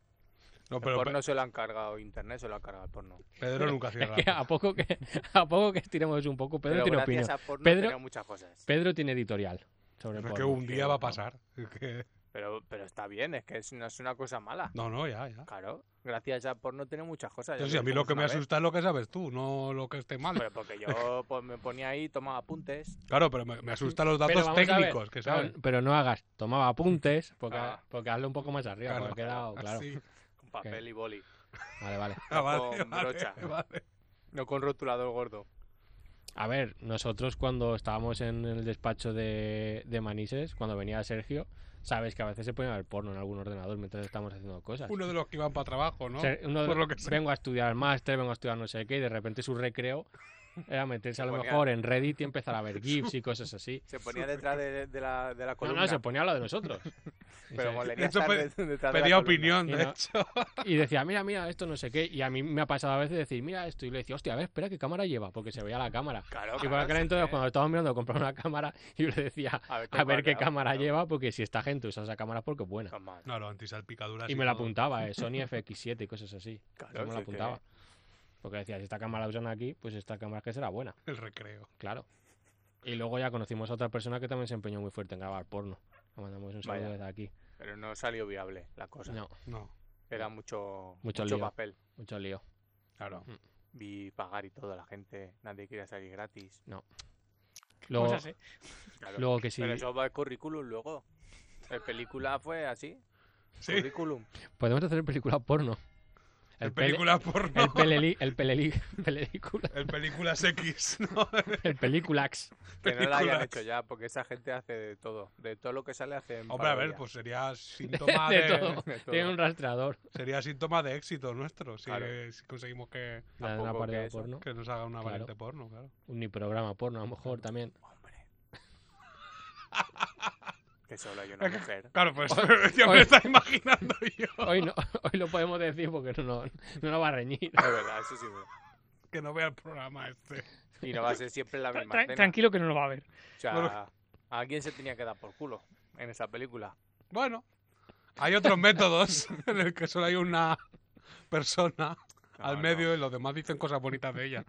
S7: No,
S4: El
S7: pero
S4: porno se lo han cargado, internet se lo ha cargado el porno.
S7: Pe- Pedro nunca
S2: Es
S7: cierra.
S2: que a poco que, a poco que estiremos un poco, Pedro
S4: Pero
S2: tiene
S4: gracias
S2: opinión.
S4: a porno
S2: Pedro-
S4: tenía muchas cosas.
S2: Pedro tiene editorial sobre
S7: Pero
S2: porno.
S7: es que un día va a
S4: no.
S7: pasar. Es que-
S4: Pero, pero está bien, es que es- no es una cosa mala.
S7: No, no, ya, ya.
S4: Claro, gracias a porno tiene muchas cosas. ya
S7: Entonces, a mí lo que
S4: dijimos una
S7: me
S4: vez.
S7: asusta es lo que sabes tú, no lo que esté mal.
S4: Pero porque yo pues, me ponía ahí, tomaba apuntes.
S7: Claro, pero me, me asustan los
S2: Pero
S7: datos
S2: vamos a ver,
S7: técnicos que
S2: claro,
S7: sabes.
S2: pero no hagas, tomaba apuntes, porque,
S4: Ah.
S2: porque hazlo un poco más arriba,
S7: Claro.
S2: porque ha quedado, claro.
S7: Así.
S4: Con papel y boli.
S2: Vale, vale.
S7: Ah, vale,
S4: con
S7: vale,
S4: brocha.
S7: vale.
S4: No con rotulador gordo.
S2: A ver, nosotros cuando estábamos en el despacho de, de Manises, cuando venía Sergio, sabes que a veces se ponía a ver porno en algún ordenador mientras estamos haciendo cosas.
S7: Uno de los que iban para trabajo, ¿no?
S2: Ser- uno de-
S7: Por lo que sé.
S2: vengo a estudiar máster, vengo a estudiar no sé qué, y de repente su recreo era meterse a lo
S4: ponía-
S2: mejor en Reddit y empezar a ver GIFs y cosas así.
S4: Se ponía detrás de, de la, de la
S2: No,
S4: columna.
S2: no, se ponía a lo de nosotros. Y
S4: Pero
S2: se-
S4: molaría
S7: Eso
S4: estar
S7: pe-
S4: de- detrás de la
S7: Pedía
S4: columna.
S7: opinión,
S2: Y
S7: de
S2: no-
S7: hecho.
S2: Y decía, mira, mira, esto no sé qué. Y a mí me ha pasado a veces decir, mira esto. Y le decía, hostia, a ver, espera, ¿qué cámara lleva? Porque se veía la cámara.
S4: Claro,
S2: Y por
S4: claro,
S2: aquel
S4: sí,
S2: entonces,
S4: sí.
S2: cuando estábamos mirando comprar una cámara, yo le decía,
S4: A ver qué
S2: a ver qué
S4: cámara,
S2: cámara
S4: claro.
S2: lleva, porque si esta gente usa esa cámara es porque es buena.
S4: Jamás.
S7: Claro, antisalpicaduras.
S2: Y me la
S7: todo.
S2: apuntaba, eh, Sony FX7 y cosas así.
S4: Claro,
S2: Yo me la
S4: sí que-
S2: apuntaba. Porque decía, si esta cámara la usan aquí, pues esta cámara que será buena,
S7: El recreo.
S2: claro. Y luego ya conocimos a otra persona que también se empeñó muy fuerte en grabar porno. Le mandamos un
S4: Vaya.
S2: saludo
S4: Pues
S2: desde aquí.
S4: Pero no salió viable la cosa.
S2: No,
S7: No.
S4: Era mucho, mucho,
S2: Mucho lío.
S4: papel.
S2: mucho lío.
S7: Claro.
S4: Vi pagar y todo a la gente. Nadie quería salir gratis.
S2: Luego,
S5: Cosas, ¿eh?
S4: Claro.
S2: luego que sí.
S4: Pues Pero eso va al currículum luego. La película fue así.
S7: Sí.
S4: Currículum.
S2: Podemos hacer película porno.
S8: El,
S9: En
S8: pele-
S9: películas porno.
S8: el peleli- el peleli- película,
S9: En películas X, ¿no?
S8: el peliculax.
S4: Que no la hayan
S9: películas.
S4: hecho ya, porque esa gente hace de todo. De todo lo que sale hacen
S9: Hombre, a ver,
S4: parodia.
S9: pues sería síntoma
S8: De
S9: de,
S8: todo.
S4: De todo.
S8: Tiene un rastreador.
S9: sería síntoma de éxito nuestro si,
S4: Claro.
S9: si conseguimos que,
S8: Le dan una
S4: Tampoco
S8: parodia
S4: que
S8: de
S4: eso.
S8: porno.
S9: que nos haga una
S8: Claro.
S9: variante porno, claro.
S8: Un ni programa porno, a lo mejor también.
S4: Que solo hay una mujer.
S9: Claro, pues ya me lo estaba imaginando yo
S8: Hoy no, hoy lo podemos decir porque no, no, no lo va a reñir.
S4: Es verdad, eso sí. es verdad.
S9: que no vea el programa este.
S4: Y no va a ser siempre la
S5: Tra-
S4: misma
S5: tra-
S4: cena.
S5: tranquilo que no lo va a ver.
S4: O sea,
S9: No lo-
S4: a alguien se tenía que dar por culo en esa película.
S9: Bueno, hay otros métodos en el que solo hay una persona al
S4: No, no,
S9: medio y los demás dicen cosas bonitas de ella.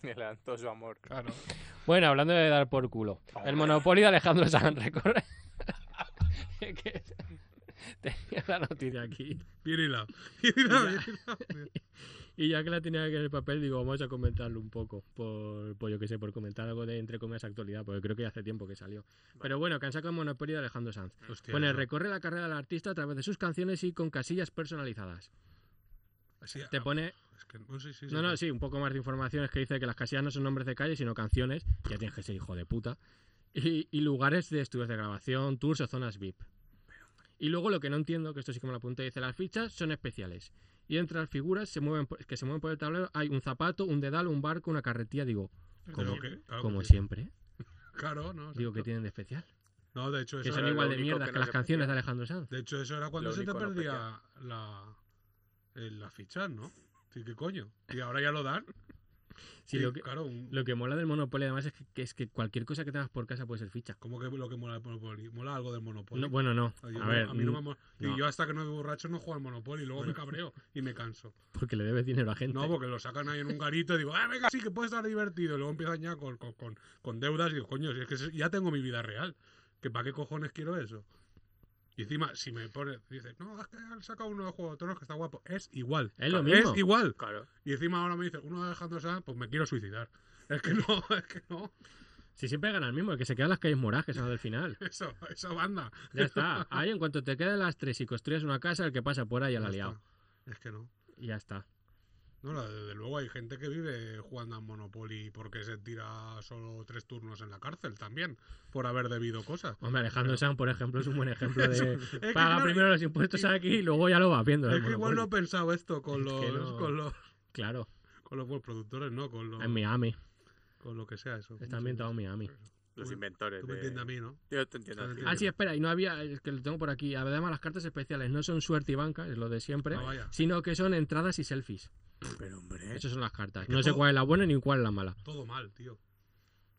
S4: le dan todo su amor.
S9: Claro.
S8: Bueno, hablando de dar por culo. El Monopoly de Alejandro San Recorre. Que- Tenía la noticia.
S2: Tiene aquí.
S3: Bien hilado. Bien hilado, bien hilado.
S2: Y ya que la tenía aquí en el papel, digo, vamos a comentarlo un poco. Por, por yo que sé, por comentar algo de entre comillas actualidad, porque creo que ya hace tiempo que salió. Pero bueno, que han sacado Monopoly de Alejandro Sanz.
S3: Hostia,
S2: Pone,
S3: no.
S2: recorre la carrera del artista a través de sus canciones y con casillas personalizadas.
S3: Sí,
S2: Te
S3: ah,
S2: pone.
S3: es que- no, sí, sí, sí,
S2: No, no, sí, un poco más de información es que dice que las casillas no son nombres de calle, sino canciones. Ya tienes que ser hijo de puta. Y, y lugares de estudios de grabación, tours o zonas VIP. Y luego lo que no entiendo, que esto sí que me lo apunté, dice las fichas son especiales. Y entre las figuras se mueven por- que se mueven por el tablero hay un zapato, un dedal, un barco, una carretilla. Digo,
S3: Pero
S2: como,
S3: que- claro
S2: como
S3: que-
S2: siempre, ¿eh?
S3: Claro, no.
S2: digo que
S3: Ah, pues exacto.
S2: tienen de especial.
S3: No, de hecho,
S2: Que
S3: eso
S2: son
S3: era,
S4: lo
S2: igual de
S4: único
S2: mierdas
S4: que
S2: que
S4: no
S2: las
S4: es
S2: canciones
S4: especial.
S2: de Alejandro Sanz.
S3: de hecho, eso era cuando
S4: Lo
S3: se te
S4: único no
S3: perdía la, eh, las fichas, ¿no? Sí, ¿Qué coño? Y ahora ya lo dan.
S2: Sí,
S3: Y,
S2: lo que-
S3: claro, un-
S2: Lo que mola del Monopoly además es que, que es que cualquier cosa que tengas por casa puede ser ficha.
S3: como que lo que mola el Monopoly? Mola algo del Monopoly.
S2: No, bueno, no.
S3: Ay, yo
S2: A
S3: no-
S2: ver,
S3: a mí no me
S2: mm,
S3: mola.
S2: no.
S3: Y yo hasta que no es borracho no juego al Monopoly, luego me cabreo y me canso.
S2: porque le debes dinero a gente.
S3: No, porque lo sacan ahí en un garito y digo, ah, venga, sí, que puede estar divertido. Y luego empiezan ya con, con, con- con deudas y digo, coño, si es que se- ya tengo mi vida real. que para qué cojones quiero eso? Y encima, si me pone, dice, no, es que han sacado uno de Juego de Tronos que está guapo. Es igual.
S2: Es lo mismo.
S3: Es igual.
S4: Claro.
S3: Y encima ahora me dice, uno de Alejandro Sanz, pues me quiero suicidar. Es que no, es que no.
S2: Si siempre gana el mismo, el que se queda en las calles morajes que son las del final.
S3: Eso, esa banda.
S2: Ya está. Ahí en cuanto te queden las tres y construyes una casa, el que pasa por ahí ya la ha
S3: Ya
S2: liado.
S3: está. Es que no.
S2: Y ya está.
S3: No, la- desde luego hay gente que vive jugando a Monopoly porque se tira solo tres turnos en la cárcel también, por haber debido cosas.
S2: Hombre, Alejandro Sanz, por ejemplo, es un buen ejemplo de
S3: Es que
S2: paga
S3: claro,
S2: primero los impuestos aquí y luego ya lo vas viendo. ¿eh?
S3: Es
S2: el
S3: que igual no he
S2: Monopoly.
S3: pensado esto con
S2: Es
S3: los,
S2: que no.
S3: con los,
S2: Claro,
S3: con los buenos productores, no, con, los,
S2: en Miami.
S3: con lo que sea eso.
S2: Está ambientado en Miami.
S4: Los
S3: Tú-
S4: inventores.
S3: Tú me
S4: de-
S3: entiendes a mí, ¿no?
S4: Yo te entiendo. a
S3: Tú me
S4: ti.
S2: Ah, sí, espera, y no había, es que lo tengo por aquí. Además, las cartas especiales no son suerte y banca, es lo de siempre,
S3: Ah, vaya.
S2: sino que son entradas y selfies.
S4: Pero hombre.
S2: Esas son las cartas.
S3: que
S2: No sé
S3: todo-
S2: cuál es la buena ni cuál es la mala.
S3: Todo mal, tío.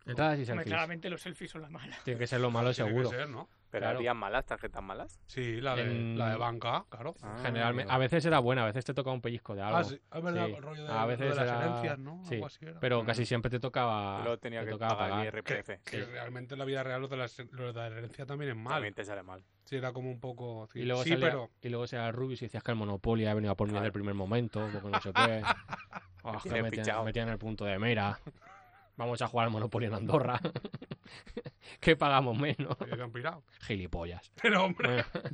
S8: Entradas y
S5: Hombre,
S8: selfies.
S5: claramente los selfies son la mala.
S8: Tiene que ser lo malo
S9: Tiene que
S8: seguro.
S9: ser, ¿no?
S4: Pero
S8: Claro.
S4: había malas, tarjetas malas.
S9: Sí, la de,
S8: En-
S9: la de banca, claro.
S2: Ah.
S4: Ah,
S8: Generalmente, a veces era buena, a veces te tocaba un pellizco de algo.
S9: Ah, sí, es verdad,
S8: Sí.
S9: el rollo de,
S8: A
S9: lo de
S8: veces
S9: las
S8: era-
S9: herencias, ¿no?
S8: sí,
S9: Algo así era.
S8: Pero
S4: Mm.
S8: casi siempre te
S2: Ah,
S8: tocaba,
S4: Luego tenía
S8: te
S4: que
S8: tocaba
S4: pagar,
S8: pagar.
S4: el
S9: Que,
S4: IRPF.
S9: que realmente en la vida real lo de, las, lo de la herencia también es mal.
S4: También te sale mal.
S9: Sí, era como un poco. sí,
S8: Y luego,
S9: sí,
S8: salía,
S9: pero.
S8: y luego salía el Rubius y decías que el Monopoly ha venido a por mí desde el
S4: Claro.
S8: primer momento, porque no sé qué. Ah, es que
S4: Tiene
S8: me tienen-
S4: fichado.
S8: me tienen en el punto de mira. Vamos a jugar al Monopoly en Andorra. que pagamos menos.
S9: que se han pirado.
S8: Gilipollas.
S9: Pero, hombre.
S8: Bueno,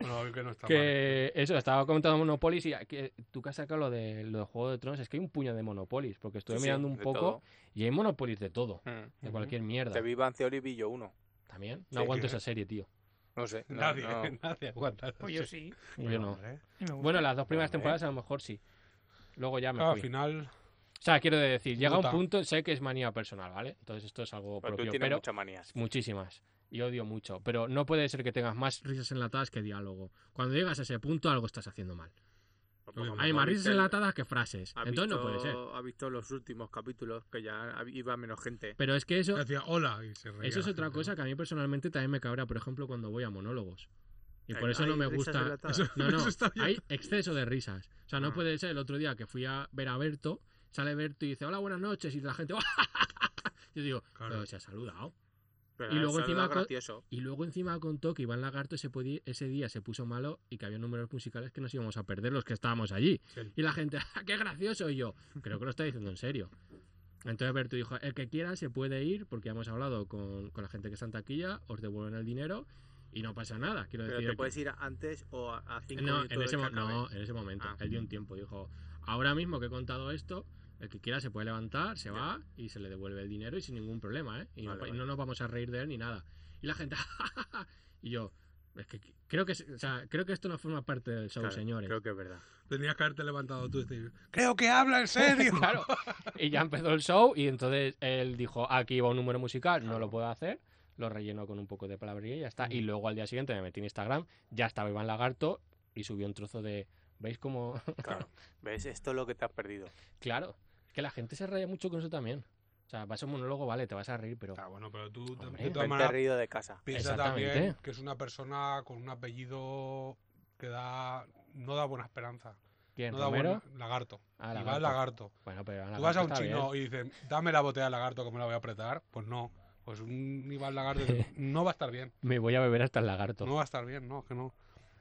S9: No, que no está mal.
S8: que eso, estaba comentando Monopoly y que tú que has sacado lo de, lo de Juego de Tronos, es que hay un puño de Monopolies, porque estuve
S4: Sí, sí,
S8: mirando un
S4: de
S8: poco
S4: todo.
S8: y hay Monopolies de todo,
S4: Mm.
S8: de
S9: Ujú.
S8: cualquier mierda.
S4: Te vi Bang Theory vi yo uno.
S8: También.
S9: Sí,
S8: No aguanto
S9: que-
S8: esa serie, tío.
S4: No sé. no-
S9: Nadie,
S4: no.
S9: nadie aguanta.
S5: Pues yo sí.
S8: Yo no.
S9: Hombre.
S5: y me gusta.
S8: Bueno, las dos primeras
S4: Hombre.
S8: temporadas a lo mejor sí. Luego ya me
S3: Ah,
S9: Claro, al
S8: fui.
S9: final.
S8: O sea, quiero decir, llega
S9: Puta.
S8: un punto, sé que es manía personal, ¿vale? Entonces esto es algo
S4: Pero tú
S8: propio,
S4: tienes
S8: pero
S4: muchas manías.
S8: muchísimas. Y odio mucho. Pero no puede ser que tengas más.
S2: risas enlatadas que diálogo. Cuando llegas a ese punto, algo estás haciendo mal.
S9: Como
S2: Hay más
S4: Viste
S2: risas
S4: el-
S2: enlatadas que frases.
S4: ha
S2: Entonces no puede
S4: visto-
S2: ser.
S4: Ha visto los últimos capítulos que ya hab- iba menos gente.
S2: Pero es que eso,
S3: Decía hola y se reía
S2: eso es
S3: la
S2: otra
S3: gente,
S2: cosa que a mí personalmente también me cabrea, por ejemplo, cuando voy a monólogos. Y por
S4: Hay-
S2: eso no
S4: hay
S2: me
S4: risas
S2: gusta.
S4: enlatadas.
S2: No, no,
S3: Eso está bien.
S2: hay exceso de risas. O sea, no
S9: Ah.
S2: puede ser. El otro día que fui a ver a Berto, sale Berto y dice, hola, buenas noches, y la gente... Yo digo,
S3: Claro.
S2: pero se ha saludado.
S4: Pero
S2: Y luego
S4: eso es lo
S2: encima co-
S4: gracioso.
S2: Y luego encima contó que Iván Lagarto ese, podi- ese día se puso malo y que había números musicales que nos íbamos a perder los que estábamos allí.
S3: Sí.
S2: Y la gente, "Ah, ¡qué gracioso! Y yo, creo que lo está diciendo en serio. Entonces Bertu dijo, el que quiera se puede ir porque ya hemos hablado con, con la gente que está en taquilla, os devuelven el dinero.
S10: Y no pasa nada, quiero
S11: Pero
S10: decir.
S11: te
S10: que-
S11: puedes ir a- antes o a, a cinco
S10: no,
S11: minutos
S10: en
S11: de
S10: ese
S11: que
S10: mo-
S11: acabe.
S10: no, en ese momento.
S11: Ah.
S10: Él dio un tiempo, dijo, ahora mismo que he contado esto, el que quiera se puede levantar, se va y se le devuelve el dinero y sin ningún problema, ¿eh? Y no
S11: Vale,
S10: pa- y no,
S11: vale.
S10: nos vamos a reír de él ni nada. Y la gente, y yo, es que creo que, se- o sea, creo que esto no forma parte del show,
S11: Claro,
S10: señores.
S11: Creo que es verdad.
S7: Tenías que haberte levantado tú y decir,
S3: Creo que habla en serio.
S2: Claro. Y ya empezó el show y entonces él dijo, aquí va un número musical, no lo puedo hacer. Lo relleno con un poco de palabrería y ya está. Y luego al día siguiente me metí en Instagram, ya estaba Iván Lagarto y subió un trozo de... ¿Veis cómo...?
S4: Claro. ¿Ves? Esto es lo que te has perdido.
S2: claro. Es que la gente se raya mucho con eso también. O sea, vas a un monólogo, vale, te vas a reír, pero...
S3: Ah, bueno, pero tú de-
S2: Hombre.
S3: de
S4: Te
S3: todas
S4: has
S3: maneras,
S4: reído de casa.
S3: piensa
S2: Exactamente.
S3: también que es una persona con un apellido que da no da buena esperanza.
S2: ¿Quién?
S3: No da
S2: ¿Romero?
S3: buena, lagarto.
S2: Ah,
S3: Iván
S2: Lagarto.
S3: lagarto.
S2: Bueno, pero Iván
S3: Tú vas a un
S2: Lagarto está
S3: chino
S2: bien.
S3: y dices, dame la botella de lagarto que me la voy a apretar. Pues no. Pues un Iván Lagarto dice, no va a estar bien.
S2: Me voy a beber hasta el lagarto.
S3: No va a estar bien, no, que no.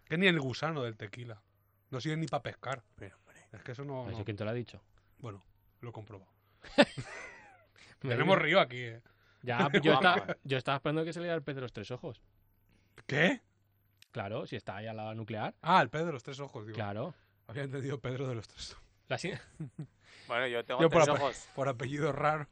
S3: Que ni el gusano del tequila. No sirve ni para pescar.
S4: Pero, hombre.
S3: Es que eso no.
S2: No
S3: no.
S2: sé quién te lo ha dicho.
S3: Bueno, lo comprobo.
S2: Me
S3: Tenemos
S2: digo-
S3: río aquí, ¿eh?
S2: Ya, yo, estaba, yo estaba esperando que se le diera el pez de los tres ojos.
S3: ¿Qué?
S2: Claro, si está ahí al lado nuclear.
S3: Ah, el Pedro de los tres ojos, digo.
S2: Claro.
S3: Había entendido Pedro de los tres ojos.
S2: La si-
S4: Bueno, yo tengo
S3: Yo por,
S4: tres
S3: ape-
S4: ojos.
S3: por apellido raro.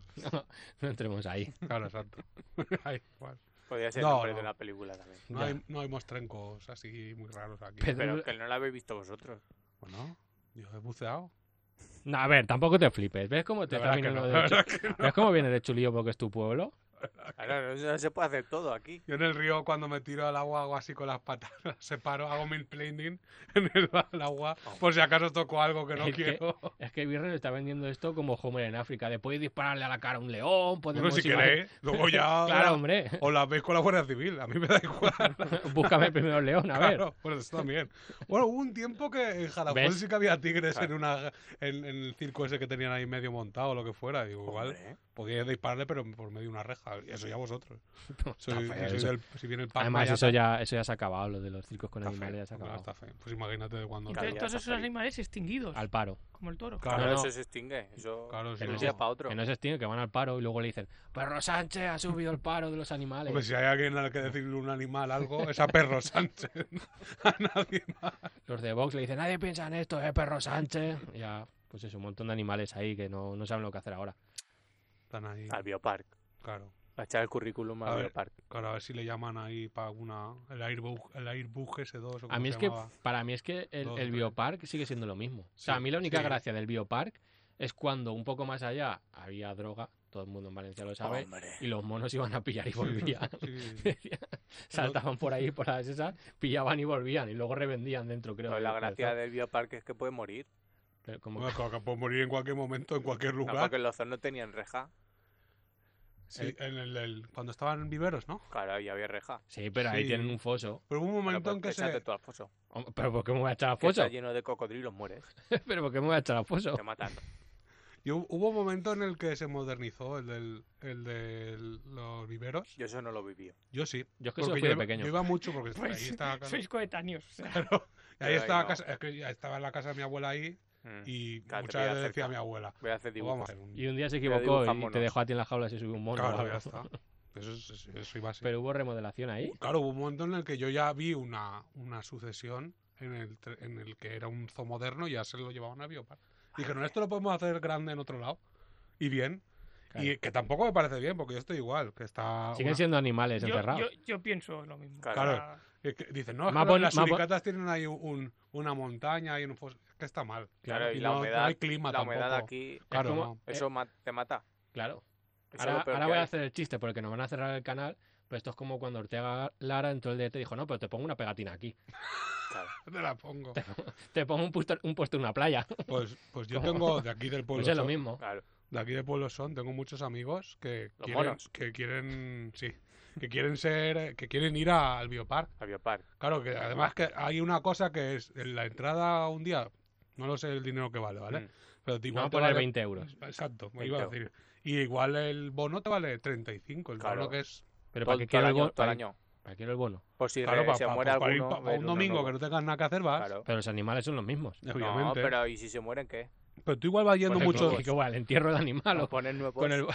S2: No entremos ahí.
S3: Claro, exacto. Ay, igual.
S4: Podría ser
S3: No,
S4: el nombre
S3: no.
S4: de una película también.
S3: No,
S2: Ya.
S3: hay, no hay mostrencos así muy raros aquí.
S2: Pedro-
S4: Pero que no la habéis visto vosotros.
S3: Bueno, yo he buceado.
S2: No, a ver, tampoco te flipes. ¿Ves cómo te
S3: La verdad
S2: está
S3: que
S2: viniendo
S3: no,
S2: de
S3: la
S2: chu-
S3: verdad que no.
S2: ¿Ves cómo viene de chulillo porque es tu pueblo?
S3: Ah,
S4: Ahora no, no se puede hacer todo aquí.
S3: Yo en el río cuando me tiro al agua hago así con las patas, las separo, hago mi planing en el al agua por si acaso toco algo que no
S2: Es que-
S3: quiero.
S2: Es que Virgen está vendiendo esto como Homer en África. De podéis dispararle a la cara a un león,
S3: Bueno,
S2: podemos...
S3: si
S2: ir a-
S3: queréis, ¿eh? luego ya
S2: Claro, hombre.
S3: o las veis con la Guardia Civil, a mí me da igual.
S2: Búscame primero el león, a ver.
S3: Claro, pues eso también. Bueno, hubo un tiempo que en Jalapón
S2: ¿Ves?
S3: sí que había tigres
S4: Claro.
S3: en una en, en el circo ese que tenían ahí medio montado o lo que fuera. Digo, igual
S4: Hombre, ¿eh?
S3: podíais dispararle, pero por medio de una reja. Eso ya vosotros. Soy-
S2: Está feo
S3: soy
S2: eso.
S3: del- si viene el Pac-Man
S2: Además,
S3: ya
S2: eso
S3: está-
S2: ya, eso ya se ha acabado, lo de los circos con
S3: está
S2: animales
S3: feo.
S2: ya se ha
S3: Claro,
S2: acabado.
S3: está feo. Pues imagínate de cuando.
S4: Claro,
S5: Entonces
S4: ya
S5: todos
S4: está
S5: esos
S4: feliz.
S5: animales extinguidos,
S2: Al paro.
S5: como el toro.
S4: No,
S3: Claro,
S4: eso se extingue. Eso
S3: claro,
S4: de
S3: sí,
S4: un
S3: no.
S4: día para otro.
S2: Que no se extiende, que van al paro y luego le dicen, perro Sánchez ha subido el paro de los animales.
S3: Porque si hay alguien al que decirle un animal algo, es a Perro Sánchez. a nadie más.
S2: Los de Vox le dicen, nadie piensa en esto, eh, perro Sánchez. Ya, pues es un montón de animales ahí que no, no saben lo que hacer ahora.
S3: Están ahí.
S4: Al Biopark.
S3: Claro.
S4: A echar el currículum
S3: A
S4: al
S3: ver.
S4: Biopark.
S3: Claro, a ver si le llaman ahí para alguna. El Airbus, el Airbus S2 o como
S2: A mí
S3: se
S2: es que,
S3: llamaba.
S2: para mí es que el,
S3: Dos,
S2: el
S3: tres.
S2: biopark sigue siendo lo mismo. o sea,
S3: Sí,
S2: a mí la única
S3: sí.
S2: gracia del biopark es cuando un poco más allá había droga, todo el mundo en Valencia lo sabe,
S4: Hombre.
S2: y los monos iban a pillar y volvían.
S3: Sí, sí.
S2: Saltaban por ahí, por las esas, pillaban y volvían, y luego revendían dentro, creo.
S4: Pero
S2: del
S4: la gracia
S2: calzado.
S4: del Biopark es que puede morir.
S2: Pero como
S3: Bueno, claro, que puedo morir en cualquier momento, en cualquier
S4: No,
S3: lugar.
S4: porque los zoos no tenían reja.
S3: Sí, en el, el- cuando estaban en viveros, ¿no?
S4: Claro, y había reja.
S2: Sí, pero ahí
S3: Sí.
S2: tienen un foso.
S3: Pero hubo un
S4: Claro,
S3: momento en
S4: porque
S3: que
S4: échate
S3: se.
S4: tú al foso.
S2: Hom- ¿Pero por qué me voy a echar al
S4: Que
S2: foso?
S4: está lleno de cocodrilos, mueres.
S2: ¿Pero por qué me voy a echar al foso?
S4: Te matan.
S3: y hu- hubo un momento en el que se modernizó el del, el de los viveros.
S4: Yo eso no lo viví.
S3: Yo sí.
S2: Yo es que eso lo
S3: Porque
S2: fui
S3: yo,
S2: de
S3: iba-
S2: pequeño.
S3: yo iba mucho porque
S5: Pues,
S3: ahí estaba. claro,
S5: Sois coetáneos. o sea,
S3: claro, y
S4: Yo
S3: ahí
S4: ahí
S3: estaba,
S4: no.
S3: casa- es que ya estaba en la casa de mi abuela ahí
S4: Mm.
S3: y
S4: Claro, te
S3: muchas
S4: pilla
S3: veces decía
S4: cerca.
S3: a mi abuela. "Pues
S4: Voy a hacer
S3: "Vamos a
S4: dibujos.
S3: hacer un.
S2: Y un día se
S4: Pero
S2: equivocó
S4: dibujan
S2: y te
S4: monos.
S2: dejó a ti en la jaula si subió un mono. o
S3: Claro,
S2: algo.
S3: ya está. Eso, es- eso, eso iba así.
S2: Pero hubo remodelación ahí.
S3: Claro, hubo un momento en el que yo ya vi una, una sucesión en el, tre- en el que era un zoo moderno y ya se lo llevaban a Biopark. Dije, no, esto lo podemos hacer grande en otro lado. Y bien.
S2: Claro.
S3: Y que tampoco me parece bien, porque yo estoy igual, que está...
S2: Siguen
S3: una-
S2: siendo animales
S5: yo,
S2: encerrados.
S5: yo- yo pienso lo mismo.
S4: Claro.
S5: Claro.
S3: eh, que Dicen, no, es
S2: Más
S3: que
S2: boni-
S3: las
S2: más bo-
S3: suricatas tienen ahí un- un- una montaña y un fos- es que está mal.
S4: Claro, y
S3: Y
S4: la
S3: no- no
S4: humedad.
S3: hay clima
S4: la humedad
S3: tampoco.
S4: aquí. eh,
S3: Claro, eh,
S2: como- eh,
S3: no.
S4: Eso ma- te mata.
S2: Claro.
S4: Eso es
S2: Ahora,
S4: lo peor
S2: ahora
S4: que
S2: voy a
S4: hay.
S2: hacer el chiste porque nos van a cerrar el canal. Pero esto es como cuando Ortega Lara entró el DT y dijo, no, pero te pongo una pegatina aquí.
S4: Claro.
S3: Te la pongo.
S2: Te pongo un puesto, un puesto en una playa.
S3: Pues, pues yo
S2: Como-
S3: tengo de aquí del pueblo...
S2: Pues es lo
S3: Son-
S2: mismo.
S4: Claro.
S3: de aquí de Pueblo Son tengo muchos amigos que
S4: Los
S3: quieren,
S4: monos.
S3: que quieren sí que quieren ser eh, que quieren ir a- al biopark
S4: Había par.
S3: claro que además que hay una cosa que es en la entrada un día no lo sé el dinero que vale vale
S4: Mm.
S3: pero te- igual
S2: Vamos a
S3: te
S2: poner
S3: vale-
S2: 20 euros.
S3: exacto me
S4: 20
S3: iba a
S4: euros.
S3: decir y igual el bono te vale 35 el
S4: Claro.
S3: bono que es
S2: Pero
S4: Todo,
S2: ¿para qué
S4: todo el
S2: quiero el
S4: año,
S2: bono?
S4: todo el
S2: ¿Para,
S4: año.
S2: para qué quiero el bono?
S4: Por si
S3: claro
S4: re-
S3: pa-
S4: se
S3: pa-
S4: muere
S3: pa- para ir
S4: alguno.
S3: pa- pa
S4: ver
S3: un
S4: uno
S3: domingo
S4: nuevo.
S3: que no tengas nada que hacer vas
S4: Claro.
S2: Pero los animales son los mismos.
S4: No,
S3: obviamente
S4: pero ¿y si se mueren qué?
S3: Pero tú igual vas yendo
S2: Pues el
S3: mucho.
S2: clásico, bueno, el entierro de animal. o-
S4: poner nuevo.
S2: Con el,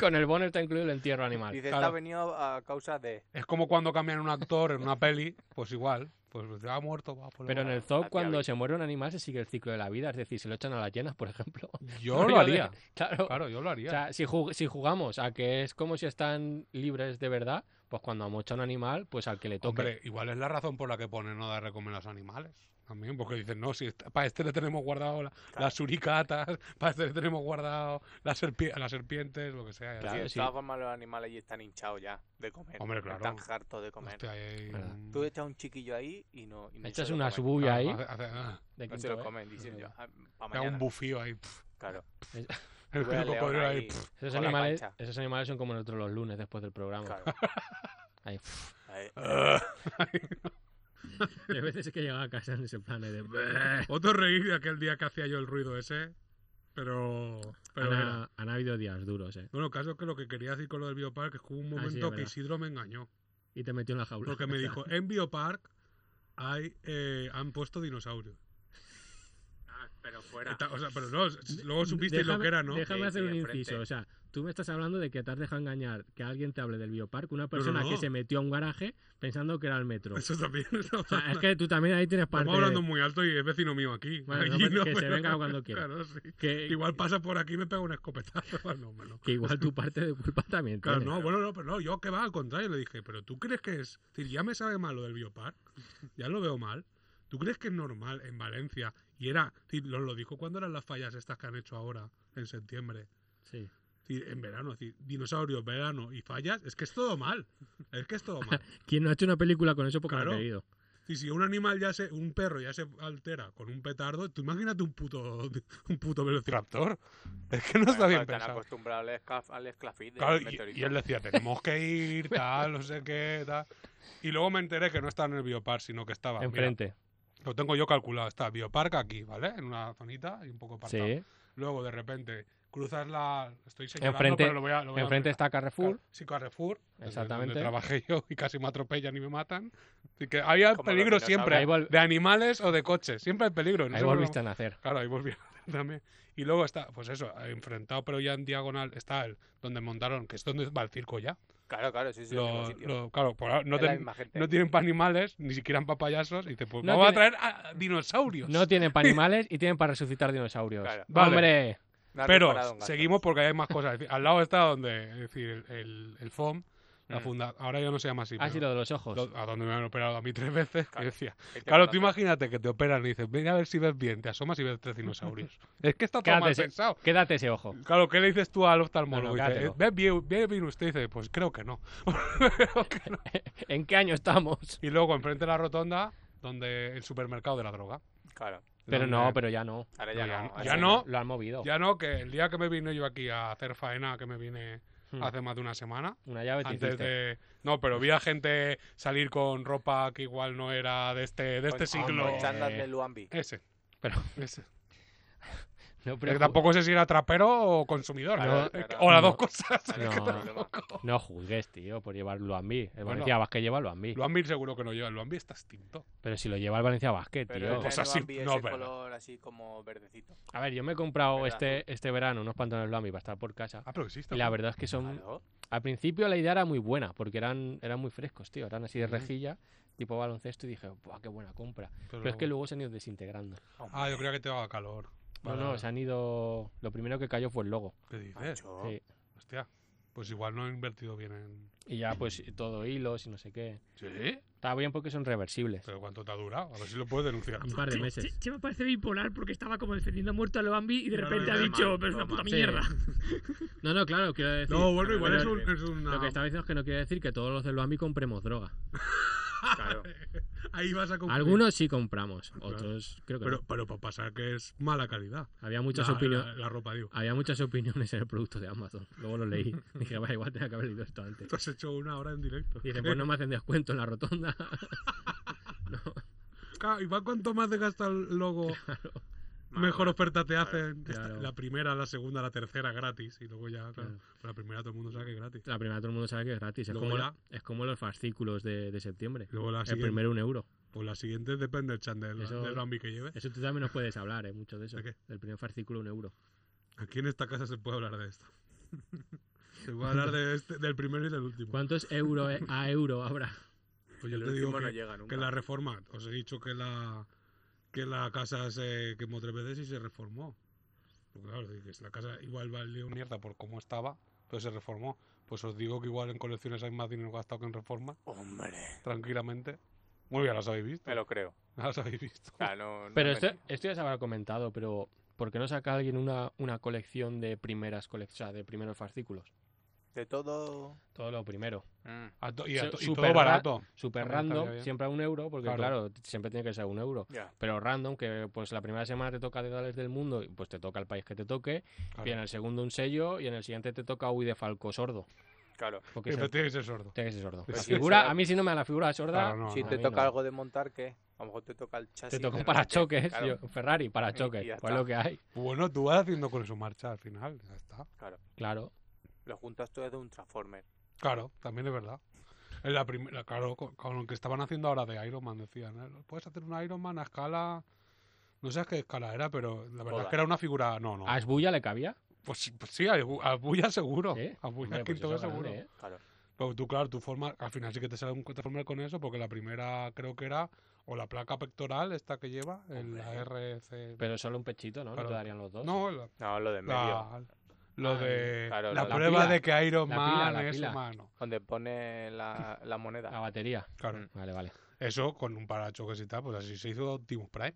S2: con el bono está incluido el entierro animal.
S4: Dice, está
S3: claro.
S4: venido a causa de.
S3: Es como cuando cambian un actor en una peli, pues igual. Pues pues, ha muerto. va, pues,
S2: Pero en
S3: va.
S2: el zoo,
S4: Hacia
S2: cuando
S4: hoy.
S2: se muere un animal, se sigue el ciclo de la vida. Es decir, se lo echan a las llenas, por ejemplo.
S3: Yo lo
S2: Rollo de-
S3: haría.
S2: Claro.
S3: Claro, yo lo
S2: O
S3: haría.
S2: sea, si, jug- si jugamos a que es como si están libres de verdad, pues cuando amocha un animal, pues al que le toque.
S3: Hombre, igual es la razón por la que ponen no dar de comer a los animales. También, porque dicen, no, si esta- para este le tenemos guardado la- las suricatas, para este le tenemos guardado las, serpi- las serpientes, lo que sea.
S2: Claro,
S4: Sí, de
S2: sí.
S4: todas formas, los animales allí están hinchados ya de comer.
S3: Hombre, claro.
S4: Están hartos de comer.
S3: Hostia, ahí hay
S2: Verdad.
S3: un-
S4: Tú echas un chiquillo ahí y no. Y no se
S2: Echas
S4: lo
S2: una
S4: comen.
S2: subuya
S3: Claro,
S2: ahí.
S3: hace- hace- ah,
S2: de
S4: No se
S2: quinto ¿eh?
S4: lo
S2: B.
S4: comen, dicen yo. Para
S3: te hago
S4: mañana.
S3: un bufío ahí. pff,
S4: Claro.
S3: el
S4: Tú ves al león
S3: cocodrilo ahí,
S4: ahí,
S3: pff,
S2: Esos
S4: con la
S2: animales,
S4: pancha.
S2: esos animales son como nosotros los lunes después del programa.
S4: claro.
S2: Ahí, pff,
S4: Ahí.
S3: Ah.
S10: Hay veces que llegaba a casa en ese plan de...
S7: Otro reír de aquel día que hacía yo el ruido ese. Pero. pero
S10: han,
S2: Ah,
S7: mira.
S10: han habido días duros, ¿eh?
S7: Bueno, caso es que lo que quería decir con lo del Biopark es que hubo un
S10: Ah, sí, es
S7: momento que
S10: verdad.
S7: Isidro me engañó.
S10: Y te metió en la jaula.
S7: Porque me dijo: En Biopark hay, eh, han puesto dinosaurios.
S11: pero fuera.
S7: Está- O sea, pero no, s- luego supiste lo
S10: Déjame-
S7: que era, ¿no?
S10: Déjame
S11: Sí,
S10: hacer
S11: sí,
S10: un
S11: enfrente.
S10: inciso. O sea, tú me estás hablando de que te has dejado engañar que alguien te hable del biopark, una persona
S7: no.
S10: que se metió a un garaje pensando que era el metro. O
S7: Eso también. eso-
S10: sea, es que tú también ahí tienes Ah, parte.
S7: Estamos hablando muy alto y es vecino mío aquí.
S10: Bueno,
S7: Allí
S10: no, pero que se
S7: pero-
S10: venga cuando quiera. Eh,
S7: Claro, sí.
S10: que,
S7: Igual pasa por aquí y me pega un escopetazo. No, hombre, no.
S10: que igual tu parte de culpa también.
S7: Claro,
S10: tiene.
S7: no, bueno, no, pero no, yo que va, al contrario, le dije, pero tú crees que es. es decir, ya me sabe mal lo del Biopark, ya lo veo mal. ¿Tú crees que es normal en Valencia? Y era, es decir, nos lo dijo cuando eran las fallas estas que han hecho ahora, en septiembre.
S10: Sí.
S7: Es decir, en verano, es decir, dinosaurios, verano y fallas, es que es todo mal. Es que es todo mal.
S10: Quien no ha hecho una película con eso porque lo ha
S7: Claro.
S10: querido.
S7: Y si un animal ya se, un perro ya se altera con un petardo, tú imagínate un puto, un puto velociraptor.
S3: Raptor. Es que no está
S4: Bueno,
S3: bien
S4: pues están
S3: pensado.
S4: acostumbrados al, escaf- al esclafido
S3: Claro,
S4: del meteorito.
S3: y, y él decía, tenemos que ir, tal, no sé qué, tal. Y luego me enteré que no estaba en el Biopark, sino que estaba. mira,
S2: enfrente.
S3: lo tengo yo calculado, está Biopark aquí, ¿vale? En una zonita y un poco apartado.
S2: Sí.
S3: Luego, de repente, cruzas la. Estoy señalando,
S2: Enfrente-
S3: pero lo voy a. lo voy a
S2: Enfrente
S3: marcar.
S2: está Carrefour.
S3: Sí, Carrefour. donde-
S2: Exactamente.
S3: Donde trabajé yo y casi me atropellan y me matan. Así que había
S4: Como los
S3: peligro
S4: dinosaurios.
S3: siempre.
S2: Ahí vol-
S3: De animales o de coches. Siempre hay peligro. no
S2: Ahí
S3: sé por qué.
S2: volviste a nacer.
S3: Claro, ahí volví también. Y luego está, pues eso, enfrentado, pero ya en diagonal, está el donde montaron, que es donde va el circo ya.
S4: Claro, claro, sí, sí, el mismo
S3: Lo-
S4: sitio.
S3: lo- claro, por ahora no,
S4: Es la
S3: ten-
S4: misma gente.
S3: no tienen para animales, ni siquiera para payasos. Y dice, pues
S2: No
S3: vamos
S2: tiene-
S3: a traer a dinosaurios.
S2: No tienen para animales y tienen para resucitar dinosaurios.
S4: Claro.
S3: Vale.
S2: ¡Hombre!
S4: No han
S3: Pero
S4: reparado en gato.
S3: seguimos porque hay más cosas. Es decir, al lado está donde, es decir, el, el, el FOM, la
S4: Mm.
S3: funda, ahora ya no se llama así.
S2: Ha
S3: pero
S2: sido de los ojos.
S3: lo- a donde me han operado a mí tres veces. que
S4: Claro.
S3: decía,
S4: Ahí te
S3: claro,
S4: conocen.
S3: tú imagínate que te operan y dices, ven a ver si ves bien, te asomas y ves tres dinosaurios. es que está todo
S2: Quédate
S3: mal
S2: ese-
S3: pensado.
S2: Quédate ese ojo.
S3: Claro, ¿qué le dices tú al
S2: No, no,
S3: oftalmólogo? Y dice,
S2: quédatelo.
S3: "¿Ves bien, ve bien usted? Y dice, pues creo que no.
S2: ¿En qué año estamos?
S3: Y luego, enfrente de la rotonda, donde el supermercado de la droga.
S4: Claro,
S2: Pero
S3: donde-
S2: no, pero ya no.
S4: ahora ya
S3: No, ya
S4: no.
S3: no,
S4: ahora
S3: ya no.
S2: Lo han movido.
S3: Ya no, que el día que me vine yo aquí a hacer faena, que me vine
S2: Hmm.
S3: hace más de una semana,
S2: Una llave te
S3: antes
S2: hiciste.
S3: de no pero vi a gente salir con ropa que igual no era de este de
S4: Con-
S3: este siglo
S4: Con chándal de Luambi.
S3: ese
S2: Pero-
S3: ese.
S2: No,
S3: Pero
S2: preju-
S3: tampoco sé si era trapero o consumidor
S4: Claro,
S3: ¿no?
S4: claro.
S3: o las
S2: No.
S3: dos cosas es que
S2: No.
S3: tampoco.
S2: no juzgues, tío, por llevar Luanbi. El
S3: Bueno.
S2: Valencia Basket lleva Luanbi.
S3: Luanbi seguro que no lleva Luanbi está extinto
S2: Pero si lo lleva el Valencia Basket,
S4: Pero
S2: tío.
S4: el
S3: Pues
S4: de
S3: así,
S4: Luambi es
S3: no,
S4: el
S3: pero-
S4: color así como verdecito.
S2: A ver, yo me he comprado
S4: Verdad.
S2: este, este verano unos pantalones Luanbi para estar por casa.
S3: ah pero existe
S2: Y la verdad es que son.
S4: Claro.
S2: Al principio la idea era muy buena, porque eran, eran muy frescos, tío. Eran así de rejilla, tipo baloncesto, y dije, ¡buah, qué buena compra! Pero es que luego se han ido desintegrando.
S3: ah yo creía que te daba calor
S2: No,
S3: Vale,
S2: no,
S3: vale.
S2: se han ido. Lo primero que cayó fue el logo.
S3: qué dices
S4: Macho.
S2: Sí.
S3: Hostia. pues igual no he invertido bien en
S2: Y ya, pues todo hilos y no sé qué.
S3: sí
S2: Está bien porque son reversibles.
S3: pero cuánto te ha durado a ver si lo puedes denunciar
S10: Un par de meses.
S12: Che- Chema parece bipolar porque estaba como defendiendo muerto al Bambi y de
S11: No,
S12: repente
S11: no,
S12: ha
S11: no,
S12: dicho,
S11: mal,
S12: pero es una
S11: toma.
S12: puta
S10: Sí.
S12: mierda.
S10: No, no, claro, quiero decir.
S7: No, bueno, igual
S10: pero
S7: es, un, es una.
S10: Lo que estaba diciendo es que no quiere decir que todos los de Luambi compremos droga.
S11: Claro.
S7: Ahí vas a comprar.
S10: Algunos sí compramos, otros creo que
S7: Pero,
S10: no.
S7: pero para pasar que es mala calidad.
S10: Había muchas
S7: la,
S10: opiniones.
S7: la- la ropa, digo.
S10: Había muchas opiniones en el producto de Amazon. Luego lo leí. Dije, vaya, igual tenía que haber leído esto antes.
S7: Tú has hecho una hora en directo.
S10: Dicen, pues no me hacen descuento en la rotonda.
S7: Claro, Igual cuanto más te gasta el logo, mejor oferta te hacen. Esta-
S10: Claro.
S7: La primera, la segunda, la tercera gratis. Y luego ya, claro, pues
S10: Claro.
S7: la primera todo el mundo sabe que es gratis.
S10: La primera todo el mundo sabe que es gratis. Es
S7: Luego
S10: como,
S7: ya-
S10: es como los fascículos de, de septiembre.
S7: Luego la
S10: El
S7: siguiente.
S10: primero un euro.
S3: Pues la siguiente depende del chan del,
S10: Eso-
S3: del Bambi que lleve.
S10: Eso tú también nos puedes hablar, ¿eh? Mucho de eso.
S3: ¿De qué?
S10: Del primer fascículo, un euro.
S3: Aquí en esta casa se puede hablar de esto. se puede hablar de este- del primero y del último.
S10: ¿Cuántos euro e- a euro habrá?
S3: Pues yo
S11: El
S3: te digo
S11: último no
S3: que-
S11: llega nunca.
S3: que la reforma, os he dicho que la que la casa se quemó tres veces y se reformó. Porque claro, que es la casa igual valió mierda por cómo estaba, pero se reformó. Pues os digo que igual en colecciones hay más dinero gastado que en reforma,
S4: Hombre.
S3: tranquilamente. Muy bien, las habéis visto.
S4: Me lo creo.
S3: Ya Las habéis visto.
S4: Ah, no, no
S2: Pero este-
S4: me-
S2: esto, esto ya se habrá comentado, pero ¿por qué no saca alguien una, una colección de primeras colec- o sea, de primeros fascículos?
S4: De todo.
S2: Todo lo primero.
S4: Mm,
S3: A to- y, a
S2: Su-
S3: to- y
S2: super ra-
S3: todo barato.
S2: Super
S3: También estaría
S2: random,
S3: bien.
S2: siempre a un euro, porque
S3: Claro.
S2: claro. siempre tiene que ser a un euro.
S4: ya.
S2: Pero random, que pues la primera semana te toca totales del mundo, y pues te toca el país que te toque, y en
S3: Claro.
S2: el segundo un sello, y en el siguiente te toca Uy de Falco sordo.
S4: Claro.
S2: Porque
S3: Pero Pues
S2: se-
S3: tiene que ser sordo.
S2: tiene que ser sordo. La
S4: sí,
S2: figura,
S4: será-
S2: a mí si no me da la figura sorda,
S3: Claro, no,
S4: si
S3: no.
S2: a
S4: te
S2: mí
S4: toca
S2: no.
S4: algo de montar, ¿qué? A lo mejor te toca el chasis.
S2: te toca un
S4: pero no
S2: parachoques,
S4: claro,
S2: yo- Ferrari,
S4: Y ya
S2: parachoques, pues
S4: está.
S2: lo que hay.
S3: Bueno, tú vas haciendo con eso marcha al final, ya está.
S2: Claro.
S4: Lo juntas todo de un transformer.
S3: Claro, también es verdad. En la primera, claro, con, con lo que estaban haciendo ahora de Iron Man, decían, ¿eh? puedes hacer un Iron Man a escala. No sé a qué escala era, pero la verdad es
S4: Todas.
S3: que era una figura. No, no.
S2: ¿A Esbuya le cabía?
S3: Pues, pues sí, a, Bu- a Buya seguro.
S2: ¿Sí?
S3: A Buya
S2: Hombre, pues
S3: Quinto
S2: eso es
S3: seguro.
S2: grande, ¿eh?
S4: Claro.
S3: Pero tú, claro, tu forma. Al final sí que te sale un transformer con eso, porque la primera creo que era. O la placa pectoral, esta que lleva, el la RC.
S2: Pero solo un pechito, ¿no?
S3: Claro.
S2: No te darían los dos.
S3: No, la,
S4: No, lo de en medio.
S3: la- lo
S2: Ah,
S3: de.
S4: claro,
S3: la
S4: la- la
S3: prueba
S2: pila.
S3: de que Iron
S2: La
S3: Man
S2: pila, la
S3: es
S2: pila.
S3: humano.
S4: Donde pone la, la moneda.
S2: La batería.
S3: Claro.
S4: Mm.
S2: Vale, vale.
S3: Eso con un parachoques y tal, pues así se hizo Optimus Prime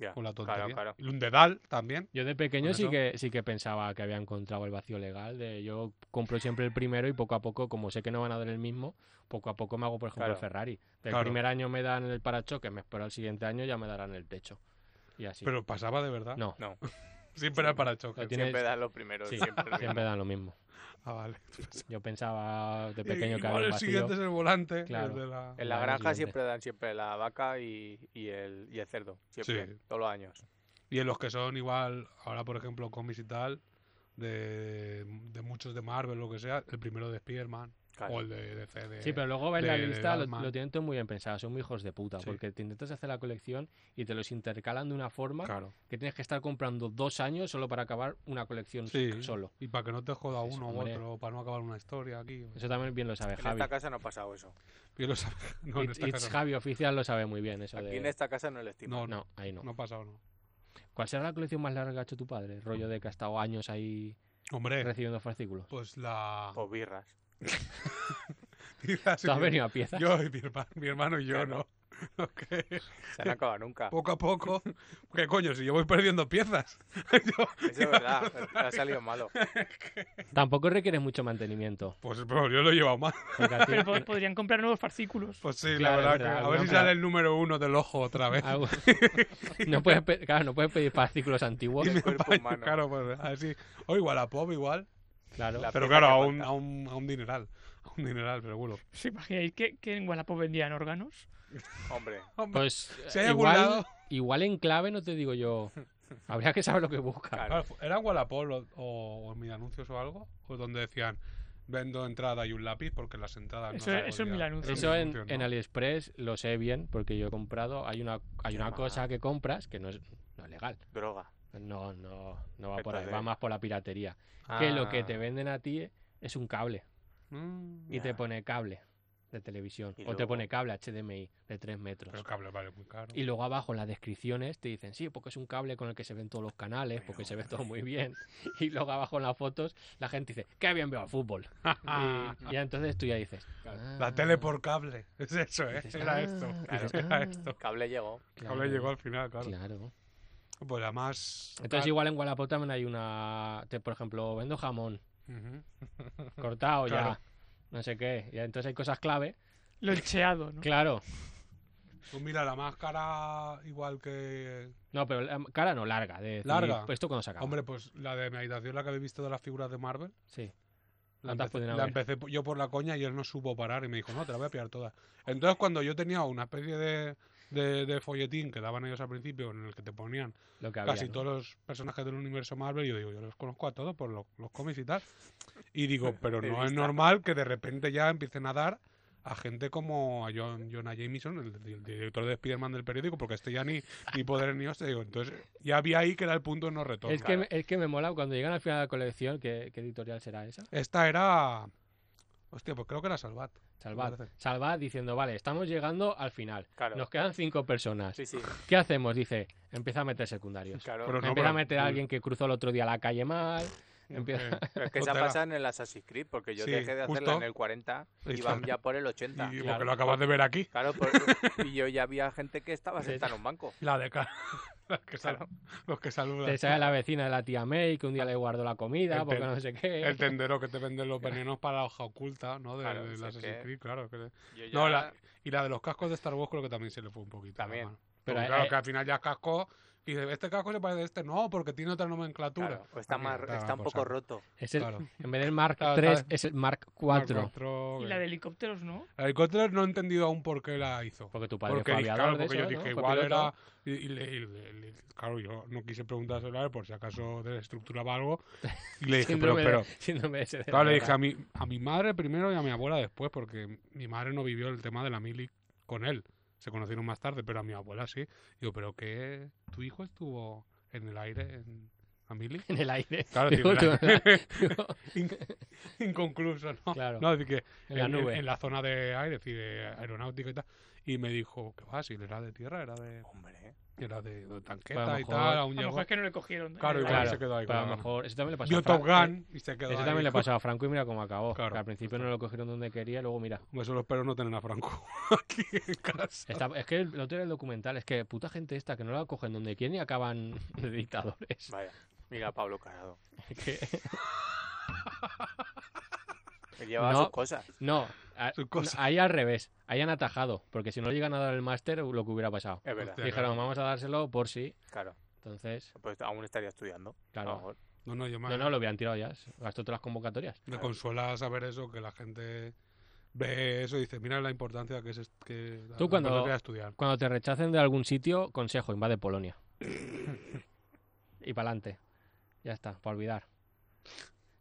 S4: Ya,
S3: con la
S4: claro,
S3: tontería.
S4: claro.
S3: Y un dedal también.
S2: Yo de pequeño
S3: Con
S2: sí
S3: eso-
S2: que, sí que pensaba que había encontrado el vacío legal de yo compro siempre el primero y poco a poco, como sé que no van a dar el mismo, poco a poco me hago, por ejemplo, el
S4: Claro.
S2: Ferrari. Del
S3: Claro.
S2: primer año me dan el parachoques, me espero al siguiente año ya me darán el techo. Y así.
S3: Pero pasaba de verdad.
S2: no,
S4: No,
S3: Siempre era
S2: lo
S3: parachoques.
S2: tienes-
S4: siempre dan lo primero.
S2: sí,
S4: Siempre lo mismo.
S2: siempre dan lo mismo.
S3: Ah, vale.
S2: Yo pensaba de
S3: Y-
S2: pequeño que
S3: igual
S2: había un
S3: el
S2: vacío.
S3: siguiente es el volante. el
S2: Claro.
S3: de la-
S4: En la
S2: Vale,
S4: granja
S2: siguiente.
S4: siempre dan siempre la vaca y, y el, y el cerdo. Siempre,
S3: Sí.
S4: todos los años.
S3: Y en los que son igual, ahora por ejemplo, cómics y tal, de, de muchos de Marvel, lo que sea, el primero de Spider-Man
S4: Claro.
S3: o el de DC. De,
S2: Sí, pero luego ves la
S3: de- de
S2: lista, lo,
S3: Batman.
S2: lo tienen todo muy bien pensado, son muy hijos de puta,
S3: Sí.
S2: porque te intentas hacer la colección y te los intercalan de una forma
S3: Claro.
S2: que tienes que estar comprando dos años solo para acabar una colección
S3: Sí.
S2: solo.
S3: Y para que no te joda
S2: Eso,
S3: uno u
S2: hombre.
S3: otro, para no acabar una historia aquí.
S2: Eso también bien lo sabe
S4: En
S2: Javi.
S4: esta casa no ha pasado eso.
S3: Yo lo sab- No, en
S2: It's-
S3: esta
S2: It's
S3: casa no.
S2: Javi oficial lo sabe muy bien eso
S4: Aquí
S2: de-
S4: en este esta casa no le estima.
S3: No, no,
S2: No, ahí no.
S3: no ha pasado, no.
S2: ¿Cuál será la colección más larga que ha hecho tu padre? Rollo de que ha estado años ahí
S3: Hombre,
S2: recibiendo fascículos.
S3: pues la.
S4: Pues birras.
S3: Quizás
S2: Oh. ¿Tú has
S3: sí.
S2: venido a pieza?
S3: Yo y mi hermano, mi hermano y yo,
S4: Claro.
S3: ¿no? Ok.
S4: Se han acabado nunca.
S3: Poco a poco. ¿Qué coño? Si yo voy perdiendo piezas. Yo-
S4: Eso es verdad. Ha salido malo.
S2: Tampoco requiere mucho mantenimiento.
S3: pues pero yo lo he llevado mal.
S2: porque a ti-
S5: Pero po- podrían comprar nuevos fascículos.
S3: Pues sí,
S2: Claro, es
S3: la verdad.
S2: verdad,
S3: que, a ver si
S2: alguna-
S3: sale el número uno del ojo otra vez.
S2: algo- no puedes pe- claro, no puedes pedir fascículos antiguos.
S4: El cuerpo
S3: Ay,
S4: humano.
S3: Claro, pues a ver si. O igual a Pop, igual.
S2: Claro.
S4: La
S3: Pero
S4: pieza
S3: claro,
S4: que
S3: a un,
S4: falta.
S3: a, un, a un dineral. A un dineral, seguro.
S5: ¿Os imagináis que, que en Wallapop vendían órganos?
S4: Hombre,
S2: Pues
S3: Si hay algún
S2: igual,
S3: lado-
S2: igual en clave no te digo yo. Habría que saber lo que busca.
S4: Claro.
S3: Claro, ¿Era en Wallapop o, o, o en Milanuncios o algo? O donde decían. Vendo entrada y un lápiz porque las entradas
S5: Eso-
S3: no
S5: eso en Milanuncios.
S2: Eso en,
S3: Milanuncios,
S2: en
S3: ¿no?
S2: AliExpress lo sé bien porque yo he comprado. Hay una, hay una
S4: Llama.
S2: cosa que compras que no es, no es legal.
S4: droga.
S2: No, no, no va por ahí.
S4: Entonces-
S2: Va más por la piratería. Que lo que
S4: Ah,
S2: te venden a ti es un cable.
S3: Mm.
S2: Y te
S4: Ya.
S2: pone cable de televisión.
S4: Y
S2: O te
S4: luego-
S2: pone cable HDMI de 3 metros.
S3: Pero el cable vale muy caro.
S2: Y luego abajo en las descripciones te dicen, sí, porque es un cable con el que se ven todos los canales, porque se ve todo muy bien. Y luego abajo en las fotos la gente dice, qué bien veo el fútbol.
S5: Ah.
S2: Y ya entonces tú ya dices,
S3: Ah. La
S2: "Ah".
S3: tele por cable. Es eso, ¿eh?
S2: Dices,
S3: Era
S2: "Ah",
S3: esto.
S2: dices,
S3: Era
S2: "Ah,
S3: esto.
S4: Cable llegó.
S3: El cable llegó al final, claro.
S2: Claro.
S3: Pues además.
S2: Entonces igual en Wallapop también hay una, te- por ejemplo, vendo jamón
S3: Ujú.
S2: cortado
S3: Claro.
S2: ya, no sé qué. Y entonces hay cosas clave.
S5: Lo cheado, ¿no?
S2: Claro.
S3: Pues mira, la máscara igual que.
S2: No, pero la cara no, larga. De decir,
S3: Larga.
S2: "Pues esto cuando se acaba.
S3: Hombre, pues la de mi habitación, la que habéis visto de las figuras de Marvel.
S2: Sí.
S3: La
S2: No te has
S3: empecé,
S2: podido
S3: la
S2: ver.
S3: empecé po- yo por la coña y él no supo parar y me dijo, no, te la voy a pillar todas. Entonces, cuando yo tenía una especie de, de, de folletín que daban ellos al principio, en el que te ponían
S2: Lo que había.
S3: casi
S2: ¿no?
S3: todos los personajes del universo Marvel, yo digo, yo los conozco a todos por los, los cómics y tal. Y digo, pero
S4: De
S3: no es
S4: vista.
S3: normal que de repente ya empiecen a dar a gente como a John, Jonah Jameson, el, el director de Spider-Man del periódico, porque este ya ni, ni poder ni hostia. Digo, entonces ya había ahí que era el punto de no retorno.
S2: Es que, me- es que me mola cuando llegan al final de la colección, ¿qué, qué editorial será esa?
S3: Esta era. Hostia, pues creo que era Salvat.
S2: Salvad.
S3: parece.
S2: Salvad diciendo, vale, estamos llegando al final.
S4: Claro.
S2: Nos quedan cinco personas.
S4: Sí, sí,
S2: ¿Qué hacemos? Dice, empieza a meter secundarios.
S4: claro.
S3: Pero no,
S2: empieza a
S3: pero-
S2: meter a alguien que cruzó el otro día la calle mal.
S3: Eh,
S2: Empieza...
S4: Pero es que ya
S3: Otra.
S4: pasan en el Assassin's Creed, porque yo
S3: Sí,
S4: dejé de hacerla
S3: justo.
S4: en el 40 y
S3: Listo.
S4: van ya por el
S3: Y
S4: 80.
S3: porque
S2: claro.
S3: lo acabas de ver aquí.
S4: Claro, por- y yo ya había gente que estaba
S2: Sí.
S4: sentada en un banco.
S3: La de cara. Los que, sal- los que saludan.
S2: Te sale la vecina de la tía May que un día le guardó la comida
S3: El
S2: porque
S3: ten-
S2: no sé qué.
S3: El tendero que te vende los venenos para la hoja oculta, ¿no? De,
S4: Claro,
S3: del
S4: si es
S3: Assassin's
S4: que-
S3: Creed, claro. que-
S4: Yo ya-
S3: No, la- Y la de los cascos de Star Wars creo que también se le fue un poquito. la
S4: También.
S3: mano.
S2: Pero
S3: Porque,
S2: hay-
S3: claro,
S2: hay-
S3: que al final ya casco. Y dice, este casco le parece a este. No, porque tiene otra nomenclatura.
S4: claro, o está,
S3: Ah, mira,
S4: más,
S3: está
S4: está un
S3: por
S4: poco
S3: saco.
S4: roto.
S2: Es el-
S3: Claro.
S2: En vez del Mark
S3: Claro,
S2: 3
S3: está-
S2: es el Mark 4.
S3: Mark IV,
S5: Y la
S3: que-
S5: de helicópteros, ¿no?
S3: La del Kotler no he entendido aún por qué la hizo.
S2: Porque tu padre
S3: porque
S2: fue
S3: dije,
S2: aviador
S3: claro,
S2: de
S3: porque yo
S2: esos,
S3: dije,
S2: ¿no? Fue
S3: igual
S2: piloto.
S3: era. Y, y le- y le- le- claro, yo no quise preguntárselo a él por si acaso desestructuraba algo. Y le dije, pero,
S2: Síndrome de-
S3: pero.
S2: síndrome de ese de
S3: Claro, le
S2: mierda.
S3: dije a mi, a mi madre primero y a mi abuela después, porque mi madre no vivió el tema de la mili con él. Se conocieron más tarde, pero a mi abuela sí. Digo, ¿pero qué? ¿Tu hijo estuvo en el aire en la mili?
S2: en el aire.
S3: Claro,
S2: Digo,
S3: digo, la-
S2: tú- digo,
S3: In- inconcluso, ¿no?
S2: Claro.
S3: No, es decir, que
S2: en la nube.
S3: en la zona de aire, es decir, de aeronáutica y tal. Y me dijo, ¿qué va? Si él era de tierra, era de,
S4: Hombre, eh.
S3: era de, de tanqueta
S2: Pues a lo
S3: y
S2: mejor-
S3: tal, aún
S5: A lo
S3: llegó.
S5: mejor es que no le cogieron.
S3: Claro,
S5: Eh,
S3: igual
S2: Claro,
S3: se quedó ahí.
S2: pero a lo
S3: claro.
S2: mejor eso también le pasó
S3: Vio
S2: a Fra- eh,
S3: Top Gun y se quedó
S2: Eso
S3: ahí.
S2: también le pasó a Franco y mira cómo acabó.
S3: Claro,
S2: que al principio no lo cogieron donde quería, luego mira.
S3: Pues Eso lo espero no tener a Franco aquí en casa.
S2: Está- es que el- lo otro era el documental, es que puta gente esta que no la cogen donde quieren y acaban de dictadores.
S4: vaya. Mira a Pablo Carado.
S2: Es que-
S4: Él llevaba
S2: No.
S4: sus cosas.
S2: no, a-
S3: Su cosa.
S2: ahí al revés, ahí han atajado, porque si no llegan a dar el máster, lo que hubiera pasado.
S4: Es verdad,
S3: Hostia.
S2: Dijeron, vamos a dárselo por si.
S4: claro.
S2: Entonces,
S4: Pues aún estaría estudiando. a lo
S2: claro.
S4: mejor.
S3: No, no, yo me,
S2: No, no, lo habían tirado ya. se Gastó todas las convocatorias.
S3: me consuela saber eso, que la gente ve eso y dice, mira la importancia que es est- que la
S2: Tú cuando-
S3: importancia de estudiar.
S2: Cuando te rechacen de algún sitio, consejo, invade Polonia. y para adelante. Ya está, para olvidar.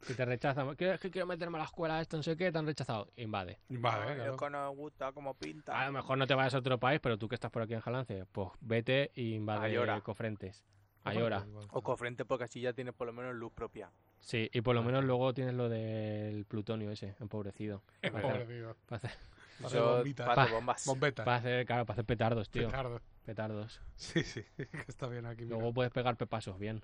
S2: Si te rechazan, que es que quiero meterme a la escuela, esto no sé qué, te han rechazado, invade.
S3: Vale,
S4: Ah,
S3: claro.
S4: es que no me gusta cómo
S2: A
S4: pinta.
S2: lo mejor no te vayas a otro país, pero tú que estás por aquí en Jalance, pues vete y invade
S4: Ayora.
S2: Cofrentes. Ayora.
S4: O cofrente, porque así ya tienes por lo menos luz propia.
S2: Sí, y por lo menos luego tienes lo del plutonio ese, empobrecido. Para hacer,
S3: Pobre
S2: para hacer-
S3: Hace
S4: Yo-
S3: bombitas.
S4: para hacer bombas.
S3: Bombeta.
S2: para hacer- claro, para hacer petardos, tío.
S3: Petardo.
S2: Petardos.
S3: Sí, sí, que está bien aquí. mira.
S2: Luego puedes pegar pepasos bien,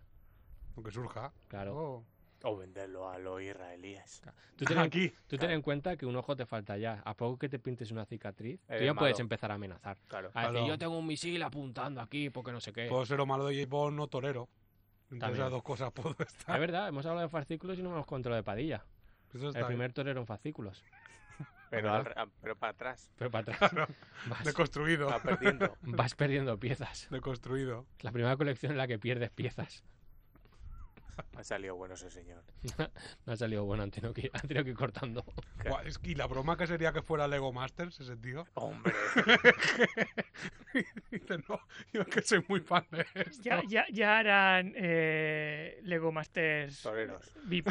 S3: Aunque surja.
S2: claro.
S3: Oh.
S4: O venderlo a los israelíes.
S2: Tú ten, en-
S3: Aquí.
S2: tú ten en cuenta que un ojo te falta ya. A poco que te pintes una cicatriz, tú
S4: Eres
S2: ya puedes
S4: malo.
S2: empezar a amenazar.
S4: Claro.
S2: A decir,
S3: Claro.
S2: yo tengo un misil apuntando aquí porque no sé qué.
S3: Puedo ser lo malo de J-Bone, no torero. Entonces
S2: También.
S3: las dos cosas puedo
S2: Es
S3: estar.
S2: verdad, hemos hablado de fascículos y no hemos contado lo de Padilla.
S3: Eso está
S2: El
S3: bien.
S2: primer torero en fascículos.
S4: Pero, al re- pero para atrás.
S2: Pero para atrás. Vas-
S3: Deconstruido.
S2: Ah.
S4: Va perdiendo.
S2: vas perdiendo piezas.
S3: Deconstruido.
S2: La primera colección en la que pierdes piezas.
S4: Ha salido bueno ese señor.
S2: Me ha salido bueno, han tenido que, han tenido que ir cortando.
S4: Claro.
S3: Guau, es que- y la broma que sería que fuera Lego Masters ese tío.
S4: Hombre.
S3: Dice, no, yo es que soy muy fan de esto.
S5: Ya, ya, ya eran eh, Lego Masters
S4: Toreros.
S5: VIP.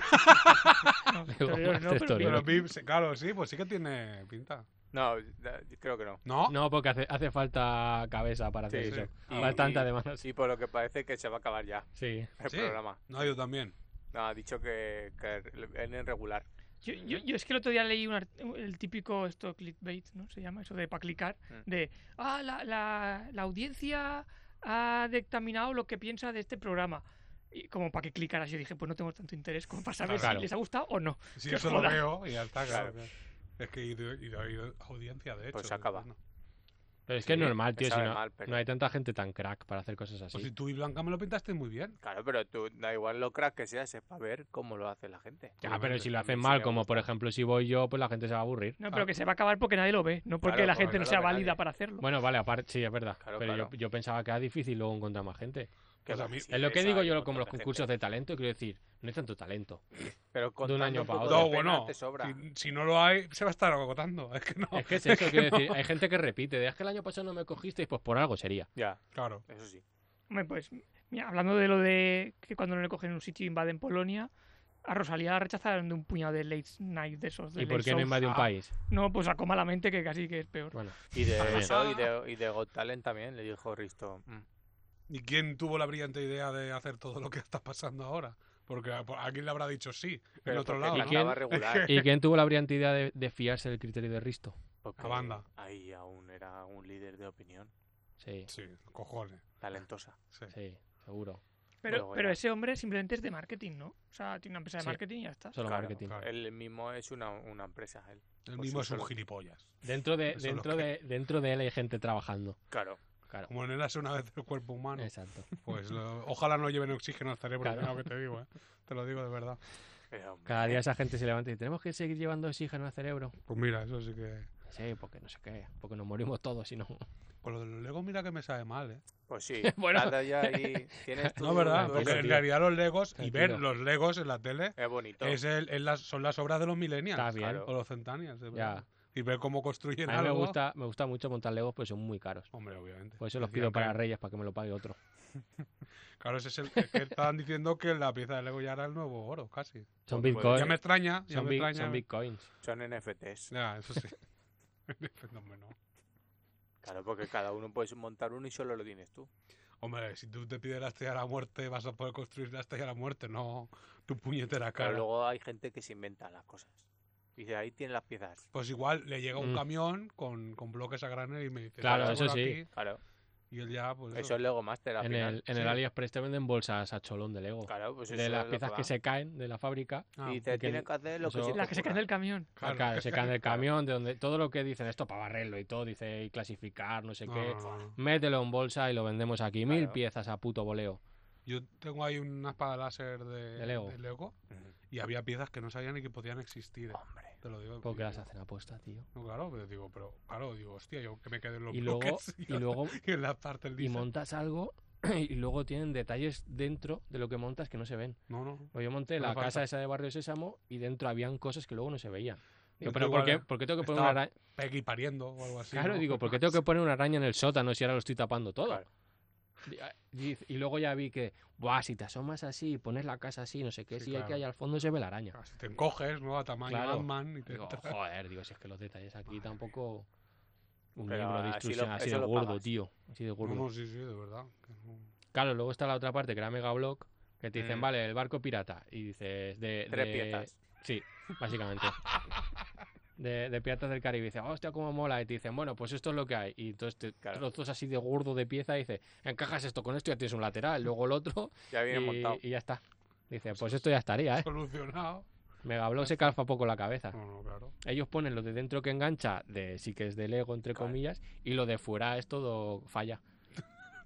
S5: No,
S2: Lego
S5: toreros no,
S2: Masters
S5: pero
S2: toreros.
S3: Pero
S5: VIP.
S3: Vips, claro, sí, pues sí que tiene pinta.
S4: No, da- creo que no.
S3: ¿No?
S2: No, porque hace, hace falta cabeza para hacer
S4: Sí,
S2: eso.
S4: sí.
S2: Bastante,
S4: Y-
S2: además. Sí.
S4: Sí, por lo que parece que se va a acabar ya
S2: sí.
S4: el
S3: Sí.
S4: programa.
S3: No, yo también.
S4: No, ha dicho que, que en el regular.
S5: Yo, yo- yo es que el otro día leí un art- el típico esto clickbait, ¿no? Se llama eso de para clicar,
S4: Mm.
S5: de ah, la, la, la audiencia ha dictaminado lo que piensa de este programa. Y como para que clicaras, yo dije, pues no tengo tanto interés como para
S4: Ah,
S5: saber
S2: Claro.
S5: si les ha gustado o no.
S3: Si
S5: Que
S3: eso lo
S5: joda.
S3: veo y ya está, claro.
S4: Claro.
S3: Es que y de- y de- y de audiencia, de hecho.
S4: Pues se acaba.
S3: ¿no?
S2: Pero es que es
S4: Sí,
S2: normal,
S4: me
S2: tío. Si
S4: sabe
S2: no,
S4: mal, pero-
S2: no hay tanta gente tan crack para hacer cosas así.
S3: Pues si tú y Blanca me lo pintaste muy bien.
S4: Claro, pero tú, da igual lo crack que seas, es para ver cómo lo hace la gente.
S2: ya, pero si
S4: también
S2: lo hacen
S4: sería
S2: mal, como
S4: justo.
S2: por ejemplo si voy yo, pues la gente se va a aburrir.
S5: No, pero que se va a acabar porque nadie lo ve, no porque
S4: Ah. Claro,
S5: la
S4: porque no
S5: gente no
S4: lo
S5: sea
S4: ve
S5: válida
S4: nadie.
S5: para hacerlo.
S2: Bueno, vale, aparte, sí, es verdad.
S4: Claro,
S2: pero yo-
S4: claro.
S2: Yo, pensaba que era difícil luego encontrar más gente.
S4: Que
S3: Pues a
S4: va,
S3: mí-
S4: sí,
S2: es lo que
S4: esa
S2: digo
S4: hay
S2: yo
S4: un
S2: con
S4: montón
S2: los
S4: de
S2: concursos
S4: gente.
S2: de talento, quiero decir, no hay tanto talento.
S4: Pero con
S2: un
S4: tanto
S2: año
S4: un
S2: para
S4: poco
S2: otro.
S4: de
S3: No,
S4: pena
S3: bueno.
S4: te sobra.
S3: Si, si no lo hay, se va a estar agotando. Es que no.
S2: Es que es eso, quiero decir, hay gente que repite, de, es que el año pasado no me cogisteis, pues por algo sería.
S4: Ya,
S3: Claro.
S4: eso sí.
S5: Hombre, pues, mira, hablando de lo de que cuando no le cogen un sitio invaden Polonia, A Rosalía la rechazaron de un puñado de late night de esos. de
S2: ¿Y por
S5: late
S2: qué no
S5: shows.
S2: invade un
S5: Ah,
S2: país?
S5: No, pues a coma la mente que casi que es peor.
S2: Bueno,
S4: Y de
S2: También.
S4: eso, y de, y de Got Talent también, le dijo Risto. "Mm,
S3: ¿Y quién tuvo la brillante idea de hacer todo lo que está pasando ahora? Porque a, a quién le habrá dicho sí, en
S4: Pero
S3: otro
S4: porque
S3: lado.
S2: ¿Y
S3: ¿no?
S2: quién?
S4: cantaba regular.
S2: ¿Y quién tuvo la brillante idea de, de fiarse del criterio de Risto?
S4: Porque
S3: La banda.
S4: Ahí aún era un líder de opinión.
S2: Sí,
S3: Sí, cojones.
S4: Talentosa.
S3: sí.
S2: sí, seguro.
S5: Pero,
S4: Luego
S5: pero
S4: era-
S5: ese hombre simplemente es de marketing, ¿no? O sea, tiene una empresa de
S2: Sí.
S5: marketing y ya está.
S2: Solo
S4: Claro,
S2: marketing.
S3: claro.
S4: Él mismo es una, una empresa, él.
S3: El
S4: Por
S3: mismo es
S4: Pues sí
S3: un
S4: solo.
S3: gilipollas.
S2: Dentro de,
S3: Eso es lo
S2: dentro,
S3: que-
S2: de, dentro de él hay gente trabajando.
S4: Claro.
S2: Claro,
S3: Como en él hace una vez el cuerpo humano.
S2: exacto.
S3: Pues lo- ojalá no lleven oxígeno al cerebro,
S2: Claro.
S3: mira lo que te digo, ¿eh? Te lo digo de verdad.
S4: Pero, Eh, hombre,
S2: Cada día esa gente se levanta y dice, tenemos que seguir llevando oxígeno al cerebro.
S3: Pues mira, eso sí que.
S2: Sí, porque no sé qué, porque nos morimos todos si no.
S3: Con lo del Lego, mira que me sabe mal, ¿eh?
S4: Pues sí.
S2: Bueno.
S4: cada día ahí tienes tu-
S3: No, ¿verdad?
S4: tu
S3: Porque
S4: eso.
S3: en realidad los Legos y ver
S2: Tranquilo.
S3: los Legos en la tele
S4: Es bonito.
S3: es el, es las, son las obras de los Millennials.
S2: Está bien.
S3: O los Centennials, de
S2: Ya.
S3: verdad. Y ver cómo construyen
S2: A mí me
S3: algo.
S2: gusta, me gusta mucho montar legos, pero son muy caros.
S3: Hombre, obviamente.
S2: Por eso los
S3: Decían
S2: pido
S3: que-
S2: para Reyes, para que me lo pague otro.
S3: Pues, Claro, ese es el es que estaban diciendo que la pieza de Lego ya era el nuevo oro, casi.
S2: Son
S4: Pues, pues,
S2: bitcoins.
S3: Ya me extraña, ya
S2: Son,
S3: me
S2: bi-
S3: extraña.
S2: son bitcoins.
S4: Son NFTs.
S3: Ya, eso sí. No, hombre, no.
S4: Claro, porque cada uno puedes montar uno y solo lo tienes tú.
S3: Hombre, si tú te pides la estrella de la muerte, vas a poder construir la estrella de la muerte, no tu puñetera
S4: Pero
S3: cara.
S4: luego hay gente que se inventa las cosas. Dice, ahí tienes las piezas.
S3: Pues igual le llega un
S2: Mm.
S3: camión con, con bloques a granel y me dice,
S2: Claro,
S3: "Tira
S2: eso
S3: por
S2: sí.
S3: aquí",
S4: Claro.
S3: Y él ya, pues.
S4: Eso es Lego Master al
S2: En
S4: final.
S2: el, en el AliExpress te venden bolsas a cholón de lego.
S4: Claro, pues eso
S2: de
S4: es
S2: las
S4: lo
S2: piezas que,
S4: va.
S2: se caen de la fábrica.
S3: Ah,
S4: Y te
S2: que
S4: tienes que hacer lo que
S2: eso-
S4: se te
S5: Las que se caen del
S4: ocurra.
S5: camión.
S3: claro.
S2: Acá, se caen del camión, de donde todo lo que dicen, esto para barrerlo y todo, dice y clasificar, no sé
S3: No,
S2: qué.
S3: no, no, no.
S2: Mételo en bolsa y lo vendemos aquí. Mil
S4: Claro.
S2: piezas a puto voleo.
S3: Yo tengo ahí una espada láser de,
S2: De Lego.
S4: Ujú.
S3: y había piezas que no sabía ni que podían existir. eh,
S4: Hombre.
S3: Te lo digo.
S2: Porque
S3: y
S2: las
S3: digo,
S2: hacen apuesta, tío.
S3: No, claro, pero digo, pero claro, digo, hostia, yo que me quedé en los
S2: Y luego,
S3: bloques
S2: y luego
S3: y en la parte del
S2: y
S3: diésel.
S2: montas algo y luego tienen detalles dentro de lo que montas que no se ven.
S3: No, no.
S2: Pues yo monté
S3: No
S2: la
S3: me falta.
S2: casa esa de Barrio Sésamo y dentro habían cosas que luego no se veían. Digo, pero
S3: Yo creo
S2: ¿por
S3: que
S2: qué,
S3: ahora
S2: por qué tengo que poner
S3: estaba
S2: una araña?
S3: Peggy pariendo o algo así.
S2: claro,
S3: ¿no?
S2: digo, ¿por qué tengo que poner una araña en el sótano si ahora lo estoy tapando todo?
S4: Claro.
S2: Di- ah, di- Y, luego ya vi que, buah, si te asomas así y pones la casa así, no sé qué,
S3: Sí,
S2: si hay que
S3: claro.
S2: hay al fondo se ve la araña.
S3: Ah, Si te encoges, ¿no? A tamaño
S2: Claro.
S3: Batman y te
S2: Digo,
S3: entra-
S2: joder, digo, si es que los detalles aquí tampoco. Un
S4: Pero
S2: libro
S4: así
S2: de
S4: lo-
S2: instrucción así
S4: eso
S2: de
S4: lo
S2: gordo,
S4: pagas.
S2: tío. Así de gordo.
S3: No, no, sí, sí, de verdad. que no.
S2: Claro, luego está la otra parte que era Megablock, que te dicen,
S4: Mm.
S2: vale, el barco pirata. Y dices, de.
S4: Tres
S2: de-
S4: piezas.
S2: Sí, básicamente. De, de piratas del Caribe. Y dices, hostia, cómo mola. Y te dicen, bueno, pues esto es lo que hay. Y entonces te
S4: Claro.
S2: trozos así de gordo de pieza y dices, encajas esto con esto, ya tienes un lateral, luego el otro.
S4: Ya
S2: Y,
S4: viene montado.
S2: y ya está. Dice, pues esto ya estaría, ¿eh?
S3: Solucionado.
S2: Megablock se calfa poco la cabeza.
S4: Mm.
S3: No, no, claro.
S2: Ellos ponen lo de dentro que engancha, de sí que es de Lego, entre
S4: Claro.
S2: comillas, y lo de fuera es todo falla.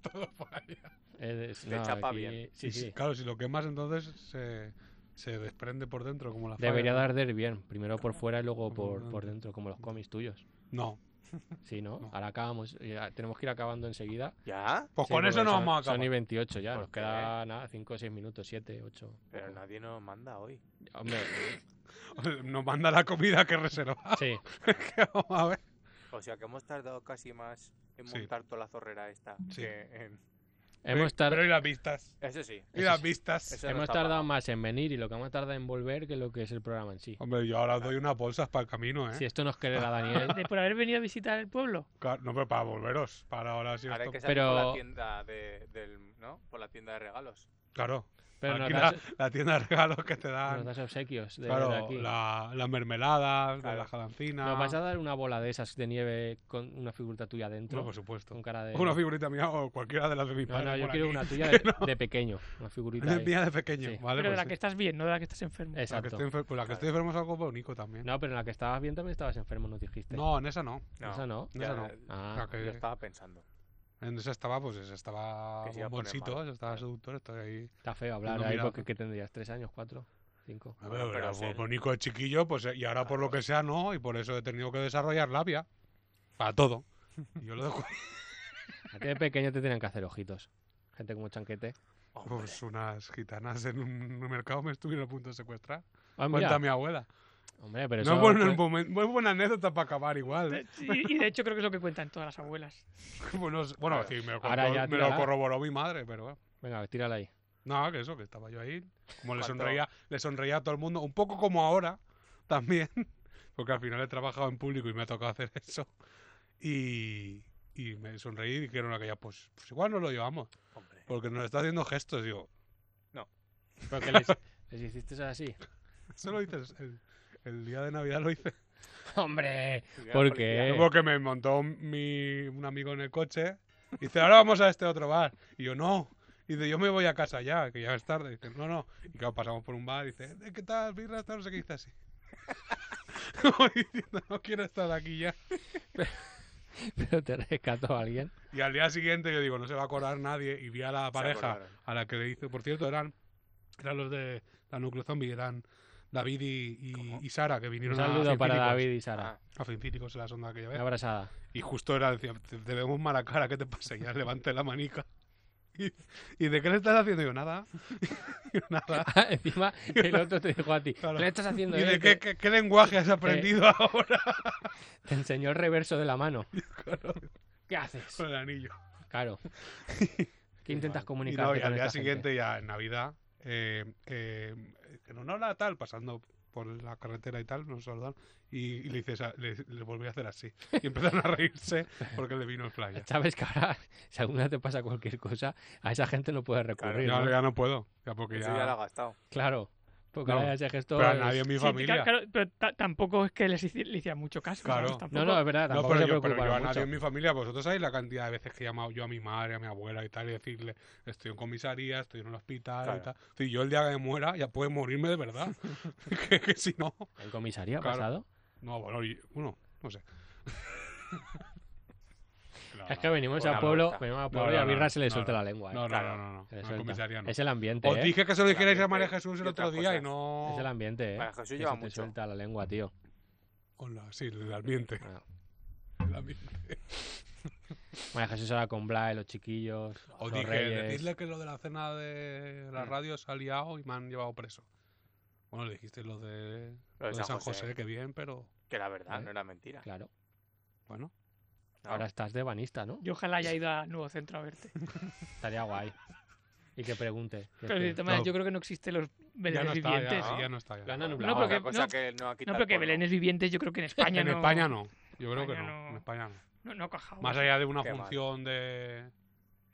S3: Todo por ahí.
S2: Es-
S4: Se chapa bien.
S2: Sí,
S3: Y si-
S2: sí.
S3: Claro, si lo quemas entonces se, se desprende por dentro como la falla,
S2: Debería
S3: ¿no?
S2: de arder bien, primero por fuera y luego
S3: Como
S2: por,
S3: por
S2: por
S3: dentro.
S2: dentro, como los cómics tuyos.
S3: No.
S2: Sí, ¿no?
S3: No.
S2: Ahora acabamos, ya tenemos que ir acabando enseida.
S4: ¿Ya?
S3: Pues
S2: Sí,
S3: con
S2: porque
S3: eso no
S2: son-
S3: vamos a
S2: Son y
S3: acabar.
S2: 28 ya,
S4: ¿Por
S2: nos
S4: qué?
S2: queda nada, 5 o 6 minutos, 7, 8.
S4: Pero nadie nos manda hoy.
S2: Hombre,
S3: Nos manda la comida que reserva.
S2: sí,
S3: que vamos a ver.
S4: O sea que hemos tardado casi más en
S3: Sí.
S4: montar toda la zorrera esta.
S3: Sí.
S4: que en-
S2: hemos, tar-
S3: Pero y las vistas.
S4: Eso sí.
S3: Y las vistas.
S4: Eso no
S2: hemos
S4: está
S2: tardado
S4: pagado.
S2: más en venir y lo que hemos tardado en volver que lo que es el programa en sí.
S3: Hombre, yo ahora os doy unas bolsas para el camino, ¿eh?
S2: Si esto nos querrá Daniel,
S5: De por haber venido a visitar el pueblo.
S3: Claro, No, pero para volveros. Para ahora sí.
S4: Ahora hay
S3: esto-
S4: que salir por
S2: Pero-
S4: la tienda de, del, ¿no? Por la tienda de regalos.
S3: Claro.
S2: pero nos
S3: aquí
S2: das,
S3: la, la tienda de regalos que te
S2: nos
S3: dan.
S2: das obsequios de, de
S3: claro,
S2: aquí.
S3: la- las mermeladas,
S4: Claro.
S3: la jalancina.
S2: Nos vas a dar una bola de esas de nieve con una figurita tuya dentro,
S3: No, por supuesto.
S2: con cara de...
S3: Una figurita mía o cualquiera de las de mi
S2: no,
S3: padre
S2: no, yo
S3: por
S2: quiero
S3: aquí.
S2: una tuya de, de pequeño, una figurita.
S3: Una
S2: de-
S3: mía de pequeño,
S2: Sí.
S3: ¿vale?
S5: Pero de
S3: Pues
S5: la
S3: sí.
S5: que estás bien, no de la que estás enfermo.
S3: La que
S2: Exacto.
S3: estoy enfer- pues la que estoy enfermo es algo bonito también.
S2: No, pero en la que estabas bien también estabas enfermo, nos dijiste.
S3: No, en esa no.
S4: No,
S2: Esa no.
S3: En esa
S4: Ya,
S3: no.
S2: Ah,
S3: La que-
S4: Yo estaba pensando.
S3: En esa estaba, pues esa estaba
S4: Que se iba a poner
S3: bomboncito,
S4: malo,
S3: esa estaba
S4: claro.
S3: seductor, estaba ahí.
S2: Está feo hablar
S3: No,
S2: ahí
S3: mira.
S2: porque ¿qué tendrías? ¿Tres años? ¿Cuatro? ¿Cinco?
S3: A
S4: Bueno,
S3: ver,
S4: pero
S3: era
S4: es él.
S3: bonito de chiquillo, pues eh, y ahora por lo que sea no, y por eso he tenido que desarrollar labia. Para todo. Y Yo lo dejo ahí,
S2: A ti de pequeño te tenían que hacer ojitos. Gente como Chanquete.
S4: Hombre,
S3: pues unas gitanas en un mercado me estuvieron a punto de secuestrar.
S2: Ah, mira.
S3: Cuenta mi abuela.
S2: Hombre, pero eso...
S3: No es buen,
S2: pues,
S3: momen- muy buena anécdota para acabar igual. ¿eh?
S5: Y, y de hecho creo que es lo que cuentan todas las abuelas.
S3: Bueno, sí, bueno, sí, me lo,
S2: Ahora
S3: corro-
S2: ya
S3: me lo
S2: tirará.
S3: corroboró mi madre, pero bueno.
S2: Venga, tírala ahí.
S3: No, que eso, que estaba yo ahí. Como le sonreía, le sonreía a todo el mundo, un poco como ahora también, porque al final he trabajado en público y me ha tocado hacer eso. Y, y me sonreí y dijeron aquella, pues, pues igual no lo llevamos,
S4: Hombre.
S3: porque nos está haciendo gestos. Digo,
S2: Pero que les, les hiciste así.
S3: eso lo hice el, el día de Navidad, lo hice.
S2: Hombre,
S4: Porque
S2: ¿por qué?
S3: Porque me montó mi, un amigo en el coche y dice, ahora vamos a este otro bar. Y yo, no. Y dice, yo me voy a casa ya, que ya es tarde. Y dice, no, no. Y claro, pasamos por un bar y dice, "Eh, ¿qué tal, birra? Tal, no sé qué, y dice así. Como diciendo, no quiero estar aquí ya.
S2: Pero te rescató alguien.
S3: Y al día siguiente yo digo, no se va a acordar nadie. Y vi a la pareja
S4: acordaron.
S3: a la que le hice, por cierto, eran, eran los de la Núcleo Zombie, eran David y, y- y Sara, que
S2: Un
S3: vinieron a
S2: saludo para
S3: Finfílicos.
S2: David y Sara.
S3: Ah, A Finfílicos en la sonda aquella vez.
S2: Una abrazada.
S3: Y justo era, decía, te, te vemos mala cara, ¿qué te pasa? Y ya levanté la manica. Y, y, de qué le estás haciendo? Y yo, nada. Y yo, nada.
S2: Encima, el otro te dijo a ti,
S3: Claro.
S2: ¿qué le estás haciendo?
S3: ¿Y
S2: eh?
S3: de
S2: Te-
S3: qué, qué- qué lenguaje has aprendido ahora?
S2: Te enseñó el reverso de la mano. ¿Qué haces?
S3: Con el anillo.
S2: Claro. ¿Qué intentas
S3: Y,
S2: comunicarte
S3: no, y
S2: con
S3: al día
S2: esta gente?
S3: siguiente, ya en Navidad, eh, eh, en una hora tal, pasando por la carretera y tal, nos saludan. Y, y le, hice esa- le, le volví a hacer así. Y empezaron a reírse porque le vino el playa.
S2: Sabes que ahora, si alguna te pasa cualquier cosa, a esa gente no puedes recurrir.
S3: Ya,
S2: ¿no?
S3: ya no puedo. Ya porque
S4: Eso
S3: ya.
S4: ya lo ha gastado.
S2: Claro. Porque
S3: No,
S2: ahora ese gesto.
S3: pero a
S2: es-
S3: nadie en mi
S5: Sí,
S3: familia.
S5: claro, pero ta- tampoco es que les hici- le hicieran mucho caso.
S3: Claro.
S5: ¿sabes?
S2: No,
S5: Tampoco-
S2: no, es verdad.
S3: No,
S2: Tampoco
S3: pero
S2: se
S3: yo, pero yo a
S2: preocuparon
S3: nadie
S2: mucho.
S3: en mi familia, vosotros sabéis la cantidad de veces que he llamado yo a mi madre, a mi abuela y tal, y decirle, estoy en comisaría, estoy en un hospital y
S4: Claro.
S3: tal. Si yo el día que me muera, ya puedo morirme de verdad. que, que si no.
S2: ¿En comisaría ha
S3: Claro.
S2: pasado?
S3: No, bueno, y- uno, no sé. No,
S2: es que
S3: no.
S2: venimos
S4: Una
S2: a pueblo,
S4: bronca.
S2: venimos a
S3: No,
S2: pueblo y
S3: no,
S2: a Birra
S3: no,
S2: se le
S3: no,
S2: suelta la lengua. ¿eh?
S3: No, no,
S4: Claro.
S3: no, no, no,
S2: Se le
S3: no, en
S2: suelta.
S3: comisaría no.
S2: Es el ambiente.
S3: Os
S2: ¿eh?
S3: dije que se lo
S4: La
S3: dijerais a
S4: gente
S3: María Jesús el
S4: y
S3: otro
S4: otras
S3: día y
S4: cosas.
S3: no.
S2: Es el ambiente, ¿eh?
S4: Para Jesús
S2: Que
S4: lleva
S2: se te
S4: mucho.
S2: suelta la lengua, tío.
S3: Con la- sí, el ambiente.
S2: Ah.
S3: El ambiente.
S2: María Jesús ahora con Blay, los chiquillos. los
S3: Os dije,
S2: reyes.
S3: decidle que lo de la cena de la
S4: Mm.
S3: radio se ha liado y me han llevado preso. Bueno, le dijiste lo
S4: Lo
S3: de,
S4: de
S3: lo de San José. que bien, pero
S4: Que la verdad,
S2: ¿Eh?
S4: no era mentira.
S2: Claro.
S3: bueno.
S4: No.
S2: Ahora estás de banista, ¿no?
S5: Yo ojalá haya ido a Nuevo Centro a verte.
S2: Estaría guay. Y que pregunte. que
S5: Pero de
S2: es que-
S5: todas maneras,
S3: No.
S5: yo creo que no existen los
S3: Ya
S5: Belénes
S3: no está,
S5: vivientes.
S3: ya,
S4: ¿no?
S3: ya no está. ya.
S2: Lo han anulado.
S5: No,
S4: Otra
S5: porque-
S4: cosa
S5: no-
S4: que no ha
S5: No,
S4: quitado
S5: pero que
S4: el porno.
S5: Belenes vivientes yo creo que en España
S3: En
S5: no...
S3: España no. Yo creo que
S5: España
S3: no. En
S5: no.
S3: España no.
S5: No, no ha cajado.
S3: Más allá de una
S4: Qué mal.
S3: función de.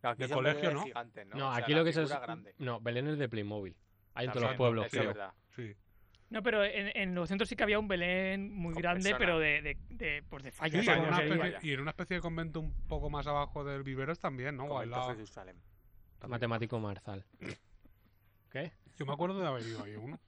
S4: Aquí
S3: de
S4: son
S3: colegio,
S4: Belenes
S3: ¿no?
S4: gigantes, ¿no?
S2: No,
S4: O sea,
S2: aquí
S4: la
S2: lo que se.
S4: figura grande.
S2: No, Belén es de Playmobil. Hay en todos los
S4: También,
S2: pueblos,
S4: eso es
S2: creo.
S4: verdad.
S3: Sí.
S5: No, pero en, en Nuevo Centro sí que había un Belén muy
S4: Con
S5: grande,
S4: personas.
S5: pero de, de, de, pues de
S3: Sí,
S5: falla.
S3: en
S4: España
S3: una
S4: no
S3: especie-
S4: había.
S3: y en una especie de convento un poco más abajo del Viveros también, ¿no? O al
S4: Convento
S3: lado.
S4: Jesús Salem.
S2: Matemático Marzal. ¿Qué?
S3: Yo me acuerdo de haber ido ahí uno.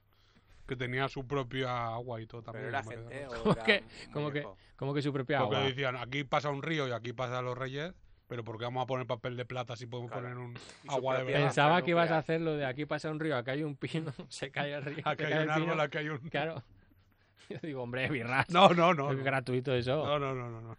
S3: Que tenía su propia agua y todo también.
S4: Pero era
S3: me acuerdo.
S4: gente o
S2: ¿Cómo
S4: era
S2: que-
S4: un
S2: cómo que-
S4: muñeco?
S2: ¿Cómo que su propia
S3: Porque
S2: agua?
S3: decían, aquí pasa un río y aquí pasan los reyes, pero ¿por qué vamos a poner papel de plata si podemos
S4: Claro.
S3: poner un
S4: Y su
S3: agua de
S4: propia-
S3: verdad?
S2: Pensaba que ibas a
S4: nuclear.
S2: hacer lo de aquí pasa un río, acá hay un pino, se cae el río.
S3: Aquí
S2: se
S3: hay
S2: cae
S3: un
S2: el
S3: árbol,
S2: pino.
S3: aquí hay un...
S2: Claro. Yo digo, hombre, birra.
S3: No, no, no.
S2: Creo que
S3: No,
S2: gratuito eso.
S3: no, no, no. no, no.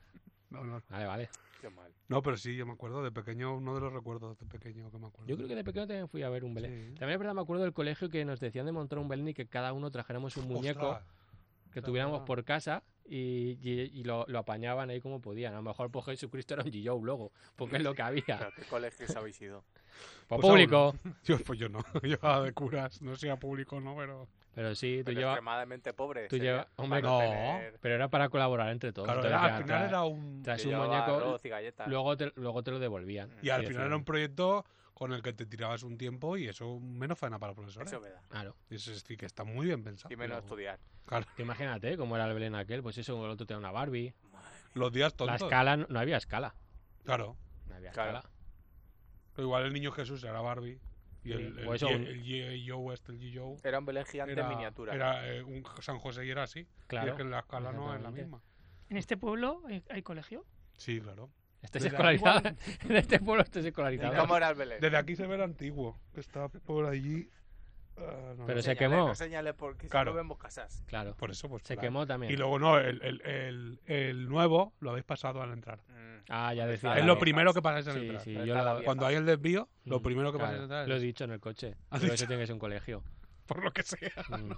S3: No, no.
S2: Vale, vale.
S4: Qué mal.
S3: No, pero sí, yo me acuerdo de pequeño, uno de los recuerdos de pequeño que me acuerdo.
S2: Yo creo que de pequeño también fui a ver un Belén.
S3: Sí.
S2: También es verdad, me acuerdo del colegio que nos decían de montar un Belén y que cada uno trajéramos un muñeco
S3: Ostras,
S2: que
S3: es
S2: tuviéramos
S3: verdad.
S2: por casa y, y- y lo, lo apañaban ahí como podían. A lo mejor pues, Jesucristo era un G.O. luego, porque es lo que había.
S4: Pero ¿Qué colegios habéis ido?
S2: Por
S3: Pues aún
S2: público.
S3: Yo, pues yo no, yo era de curas, no sea público, no, pero...
S2: Pero sí, tú
S4: Pero
S2: llevas.
S4: extremadamente pobre.
S2: tú
S4: sería,
S2: lleva- hombre,
S4: para
S3: no.
S4: tener-
S2: Pero era para colaborar entre todos.
S3: Claro,
S2: entonces
S3: era-
S2: ya
S3: al final
S2: tra-
S3: era un...
S2: tras
S4: que
S2: un
S4: llevaba
S2: muñeco,
S4: arroz y galletas.
S2: luego te, luego te lo devolvían.
S4: Mm.
S3: Y al
S2: Sí,
S3: final era un proyecto con el que te tirabas un tiempo y eso menos faena para los profesores.
S4: Eso es verdad.
S2: Claro.
S3: Y Eso es decir, que está muy bien pensado.
S4: Y menos
S3: Pero,
S4: estudiar.
S3: claro,
S2: Que imagínate cómo era el Belén aquel. Pues eso, el otro tenía una Barbie.
S3: los días
S2: La
S3: tontos.
S2: escala, no, no había escala.
S3: Claro.
S2: No había
S4: Claro.
S2: escala.
S3: Pero igual el niño Jesús era Barbie. Y el,
S2: Sí,
S3: el,
S2: o eso,
S3: Ye-
S2: un-
S3: el Ye- Yo este, el G-Yo,
S4: Era un Belén gigante
S3: era,
S4: en miniatura.
S3: era eh, un San José y era así. Y es
S2: Claro.
S3: que en la escala no es la
S2: Exactamente.
S3: misma.
S5: ¿En este pueblo hay, hay colegio?
S3: Sí, claro.
S2: Estás
S3: Desde
S2: escolarizado. Este en este pueblo estás
S4: ¿Y
S2: escolarizado.
S4: cómo era el Belén?
S3: Desde aquí se ve el antiguo, que está por allí. Ah,
S2: Pero
S3: no, no.
S2: se
S4: Señale,
S2: quemó.
S4: No señales porque
S3: Claro.
S4: si no vemos casas.
S2: Claro.
S3: Por eso, pues.
S2: Se
S3: claro.
S2: quemó también.
S3: Y luego no, el, el, el, el nuevo lo habéis pasado al entrar.
S4: Mm.
S2: Ah, ya decía.
S4: Ah,
S3: es
S2: la
S3: lo
S2: vieja.
S4: pri-
S3: primero que pasáis al
S2: Sí,
S3: entrar.
S2: sí,
S4: Está
S2: yo
S4: la
S2: la-
S4: vieja.
S3: Cuando hay el desvío, lo
S2: Mm,
S3: primero que pasáis
S2: claro.
S3: al entrar
S2: Lo he
S3: es
S2: dicho en el coche.
S3: ¿Has
S2: Digo,
S3: dicho?
S2: eso tiene que ser un colegio.
S3: por lo que sea.
S2: Mm.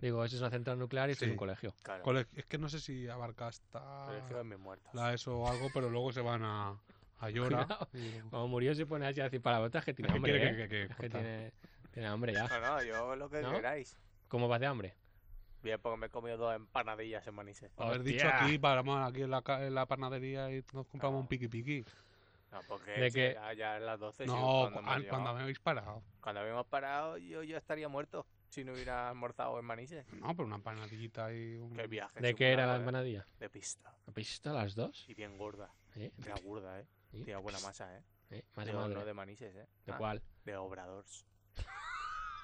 S2: Digo, eso es una central nuclear y esto es
S3: Sí.
S2: un colegio.
S4: Claro.
S3: Cole- Es que no sé si abarca hasta
S4: Colegio de mis muertos.
S3: la ESO o algo, pero luego se van a, a llora.
S2: Cuidado.
S3: y luego-
S2: Como murió se pone así a decir palabrotas que tiene
S3: ¿Qué
S2: hambre,
S3: quiere
S2: ¿eh?
S3: que- que- que-
S2: Es
S3: corta?
S2: tiene, tiene hambre ya.
S4: No, no, yo lo que
S2: ¿No?
S4: queráis.
S2: ¿Cómo vas de hambre?
S4: Bien, porque me he comido dos empanadillas en Manises.
S3: Haber dicho
S2: Hostia.
S3: aquí, paramos aquí en la, ca- en la panadería y nos compramos un piqui piqui.
S4: No, porque
S2: ¿De
S4: si
S2: qué?
S4: era ya en las 12. si
S3: No,
S4: cuando, hemos
S3: cu- ah,
S4: llegado-
S3: cuando me habéis parado.
S4: cuando habíamos parado, yo ya estaría muerto si no hubiera almorzado en Manises.
S3: No, pero una empanadillita y un...
S4: Qué viaje.
S2: Mm. ¿De qué era
S4: chungo,
S2: la
S4: ¿eh?
S2: empanadilla?
S4: De pista.
S2: ¿Has visto las dos?
S4: Y bien gorda.
S2: ¿Eh?
S4: Era gorda, ¿eh?
S2: ¿Eh?
S4: Tiene buena masa, ¿eh?
S2: ¿Eh? Más de
S4: Digo,
S2: madre.
S4: no de Manises, ¿eh?
S2: ¿De
S4: Ah,
S2: cuál?
S4: De Obradors.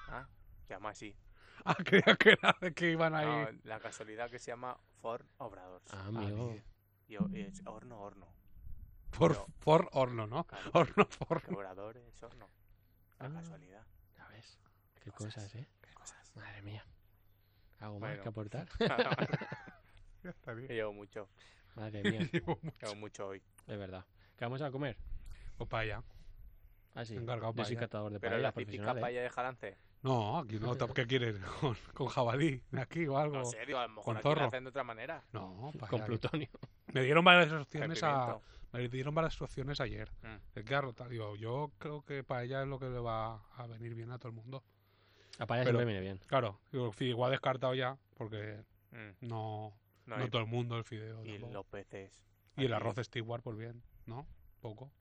S4: ah, se llama así.
S3: Ah, creía que era de que iban ahí.
S4: No, la casualidad que se llama Ford Obradors.
S2: Ah, amigo.
S4: Y o- y es horno, horno.
S3: por,
S4: pero-
S3: por horno, ¿no?
S4: Claro,
S3: Horno,
S4: que
S3: horno.
S4: Obrador es horno. La
S2: Ah.
S4: casualidad.
S2: Ya ves. Qué cosas, ¿eh?
S4: Qué cosas.
S2: Madre mía. ¿Algo más que
S4: Bueno.
S2: aportar?
S3: Ya está bien.
S4: Que llevo mucho.
S2: Madre mía,
S3: Llevo mu-
S4: Llevo mucho hoy.
S2: de verdad. ¿Qué vamos a comer?
S3: Pues para allá.
S2: Así.
S3: Encargado
S2: Yo
S3: paella.
S2: soy catador de
S4: Pero la
S2: paellas
S4: típica
S2: profesional. ¿eh?
S4: paella de Jalance.
S3: No, aquí no. tam- ¿Qué quieres? ¿Con, con jabalí? ¿Aquí o algo?
S4: No sé, digo, a lo mejor
S3: con
S4: aquí la
S3: zorro.
S4: hacen de otra manera.
S3: No, paella
S2: Con
S3: aquí.
S2: plutonio.
S3: Me dieron varias
S4: El
S3: opciones a...
S4: pimiento.
S3: Me dieron varias opciones ayer.
S4: Mm.
S3: El que arrotar, digo, yo creo que para ella es lo que le va a venir bien a todo el mundo.
S2: La paella
S3: Pero-
S2: siempre viene bien.
S3: Claro, digo, el fideo ha descartado ya, porque
S4: Mm.
S3: no,
S4: No,
S3: no
S4: y-
S3: todo el mundo el fideo.
S4: y,
S3: tampoco.
S4: los peces.
S3: Y el
S4: aquí-
S3: arroz Stewart, pues bien, ¿no? Poco.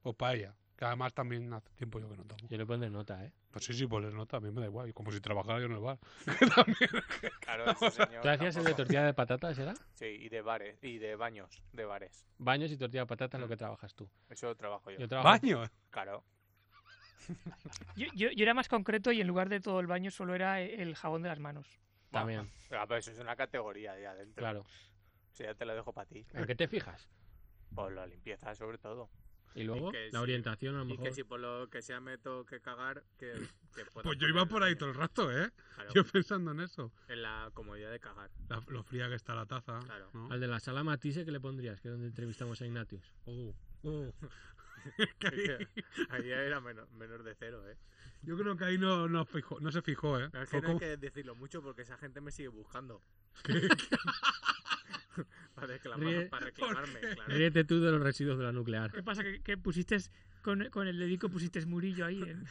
S3: Pues paella. Que además también hace tiempo yo que no tomo.
S2: Yo le pondré nota, ¿eh?
S3: Pues sí, sí, pues no, también me da igual. y Como si trabajara yo en el bar.
S4: Claro, ese señor
S2: ¿Tú hacías el de
S4: tampoco.
S2: tortilla de patatas, era?
S4: Sí, y de bares. Y de baños. De bares.
S2: Baños y tortilla de patatas es lo que trabajas tú.
S4: Eso trabajo yo.
S2: Yo trabajo.
S3: ¡Baño!
S4: Claro.
S5: Yo, yo- yo era más concreto y en lugar de todo el baño solo era e- el jabón de las manos.
S2: También,
S4: Ah, pero eso es una categoría ya dentro.
S2: claro. Eh.
S4: O sea, ya te lo dejo para ti.
S2: ¿En qué te fijas?
S4: Por la limpieza, sobre todo.
S2: Y luego,
S11: que
S2: la
S11: sí.
S10: orientación a lo
S11: Y
S10: mejor.
S11: que si por lo que sea me tengo que cagar, que, que pueda
S7: Pues yo
S11: poner
S7: iba
S11: el
S7: por ahí
S11: baño.
S7: todo el rato, ¿eh?
S11: Claro,
S7: Yo pensando en eso.
S11: en la comodidad de cagar.
S7: La- lo fría que está la taza.
S11: Claro.
S7: ¿no?
S10: Al de la sala Matisse, ¿qué le pondrías? Que es donde entrevistamos a Ignatius.
S7: Oh, oh.
S11: ahí era menos, menos de cero, ¿eh?
S7: Yo creo que ahí no, no, fijó- no se fijó, ¿eh?
S11: No, es que
S7: Fue
S11: no hay
S7: como-
S11: que decirlo mucho porque esa gente me sigue buscando. para, reclamar-
S10: Ríe-
S11: para reclamarme, claro.
S10: Ríete tú de los residuos de la nuclear.
S12: ¿Qué pasa? ¿Que, que pusiste con, con el dedico pusiste murillo ahí? en-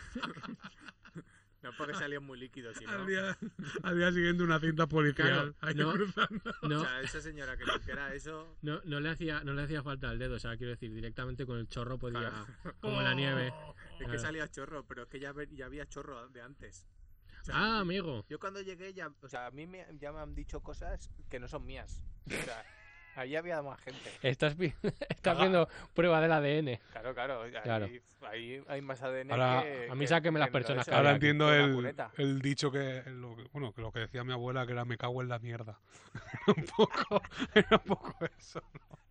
S11: No porque salía muy líquido, sino.
S7: Al día, al día siguiente una cinta policial.
S10: Claro,
S7: ahí
S10: no.
S7: cruzando.
S11: O
S10: No,
S11: sea, esa señora que limpiara eso.
S10: no, no, le hacía, no le hacía falta el dedo, o sea, quiero decir, directamente con el chorro podía. Como la nieve.
S11: Es que
S10: Claro.
S11: salía chorro, pero es que ya, ve- ya había chorro de antes. O sea,
S10: Ah, amigo.
S11: Yo cuando llegué ya.
S4: O sea, a mí me, ya me han dicho cosas que no son mías. O sea, ahí había más gente.
S2: estás, pi- estás
S4: Caga.
S2: haciendo prueba del ADN.
S4: Claro, claro. Ahí,
S2: Claro.
S4: ahí hay más ADN
S3: Ahora-
S4: que-
S2: A mí
S4: que-
S2: sáquenme las
S4: que lo
S2: personas
S4: eso.
S2: que
S3: Ahora
S2: había aquí.
S3: entiendo
S4: Una
S3: el,
S4: cuneta.
S3: el dicho que, lo que- bueno, que lo que decía mi abuela, que era me cago en la mierda. Era un poco, era un poco eso.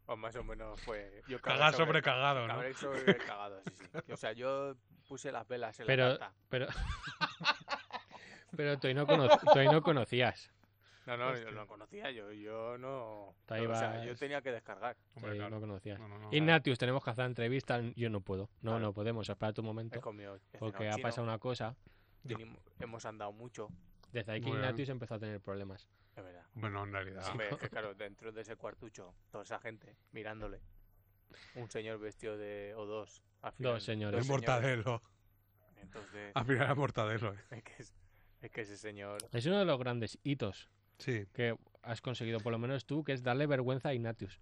S4: O más o menos fue... Yo cagué
S3: Cagar sobre cagado, ¿no?
S4: cabré sobre cagado, sí, sí. O sea, yo puse las velas en
S2: Pero-
S4: la tarta.
S2: Pero. Pero tú ahí no, cono- tú ahí no conocías.
S4: No, no,
S2: este
S4: yo no conocía, yo, yo no...
S2: Tú ahí
S4: o sea,
S2: vas-
S4: yo tenía que descargar.
S2: Tú
S3: Hombre,
S2: ahí
S3: claro.
S2: no conocías.
S3: No, no, no, claro.
S2: Ignatius, tenemos que hacer entrevista. Yo no puedo. No,
S4: Claro.
S2: no podemos. Espera tu
S4: He
S2: momento.
S4: comido... he
S2: Porque
S4: cenado
S2: ha
S4: chino,
S2: pasado una cosa.
S4: tenimo- Hemos andado mucho,
S2: Desde ahí que
S3: Bueno.
S2: Ignatius empezó a tener problemas.
S4: de verdad.
S3: Hombre, no, en realidad.
S4: Hombre, es que claro, dentro de ese cuartucho, toda esa gente mirándole. Un señor vestido de... o dos. al final,
S2: señores.
S3: Es
S4: dos
S3: mortadelo.
S4: Entonces,
S3: Al final era mortadelo, ¿eh?
S4: es que, es- es que ese señor...
S2: Es uno de los grandes hitos
S3: Sí.
S2: que has conseguido, por lo menos tú, que es darle vergüenza a Ignatius.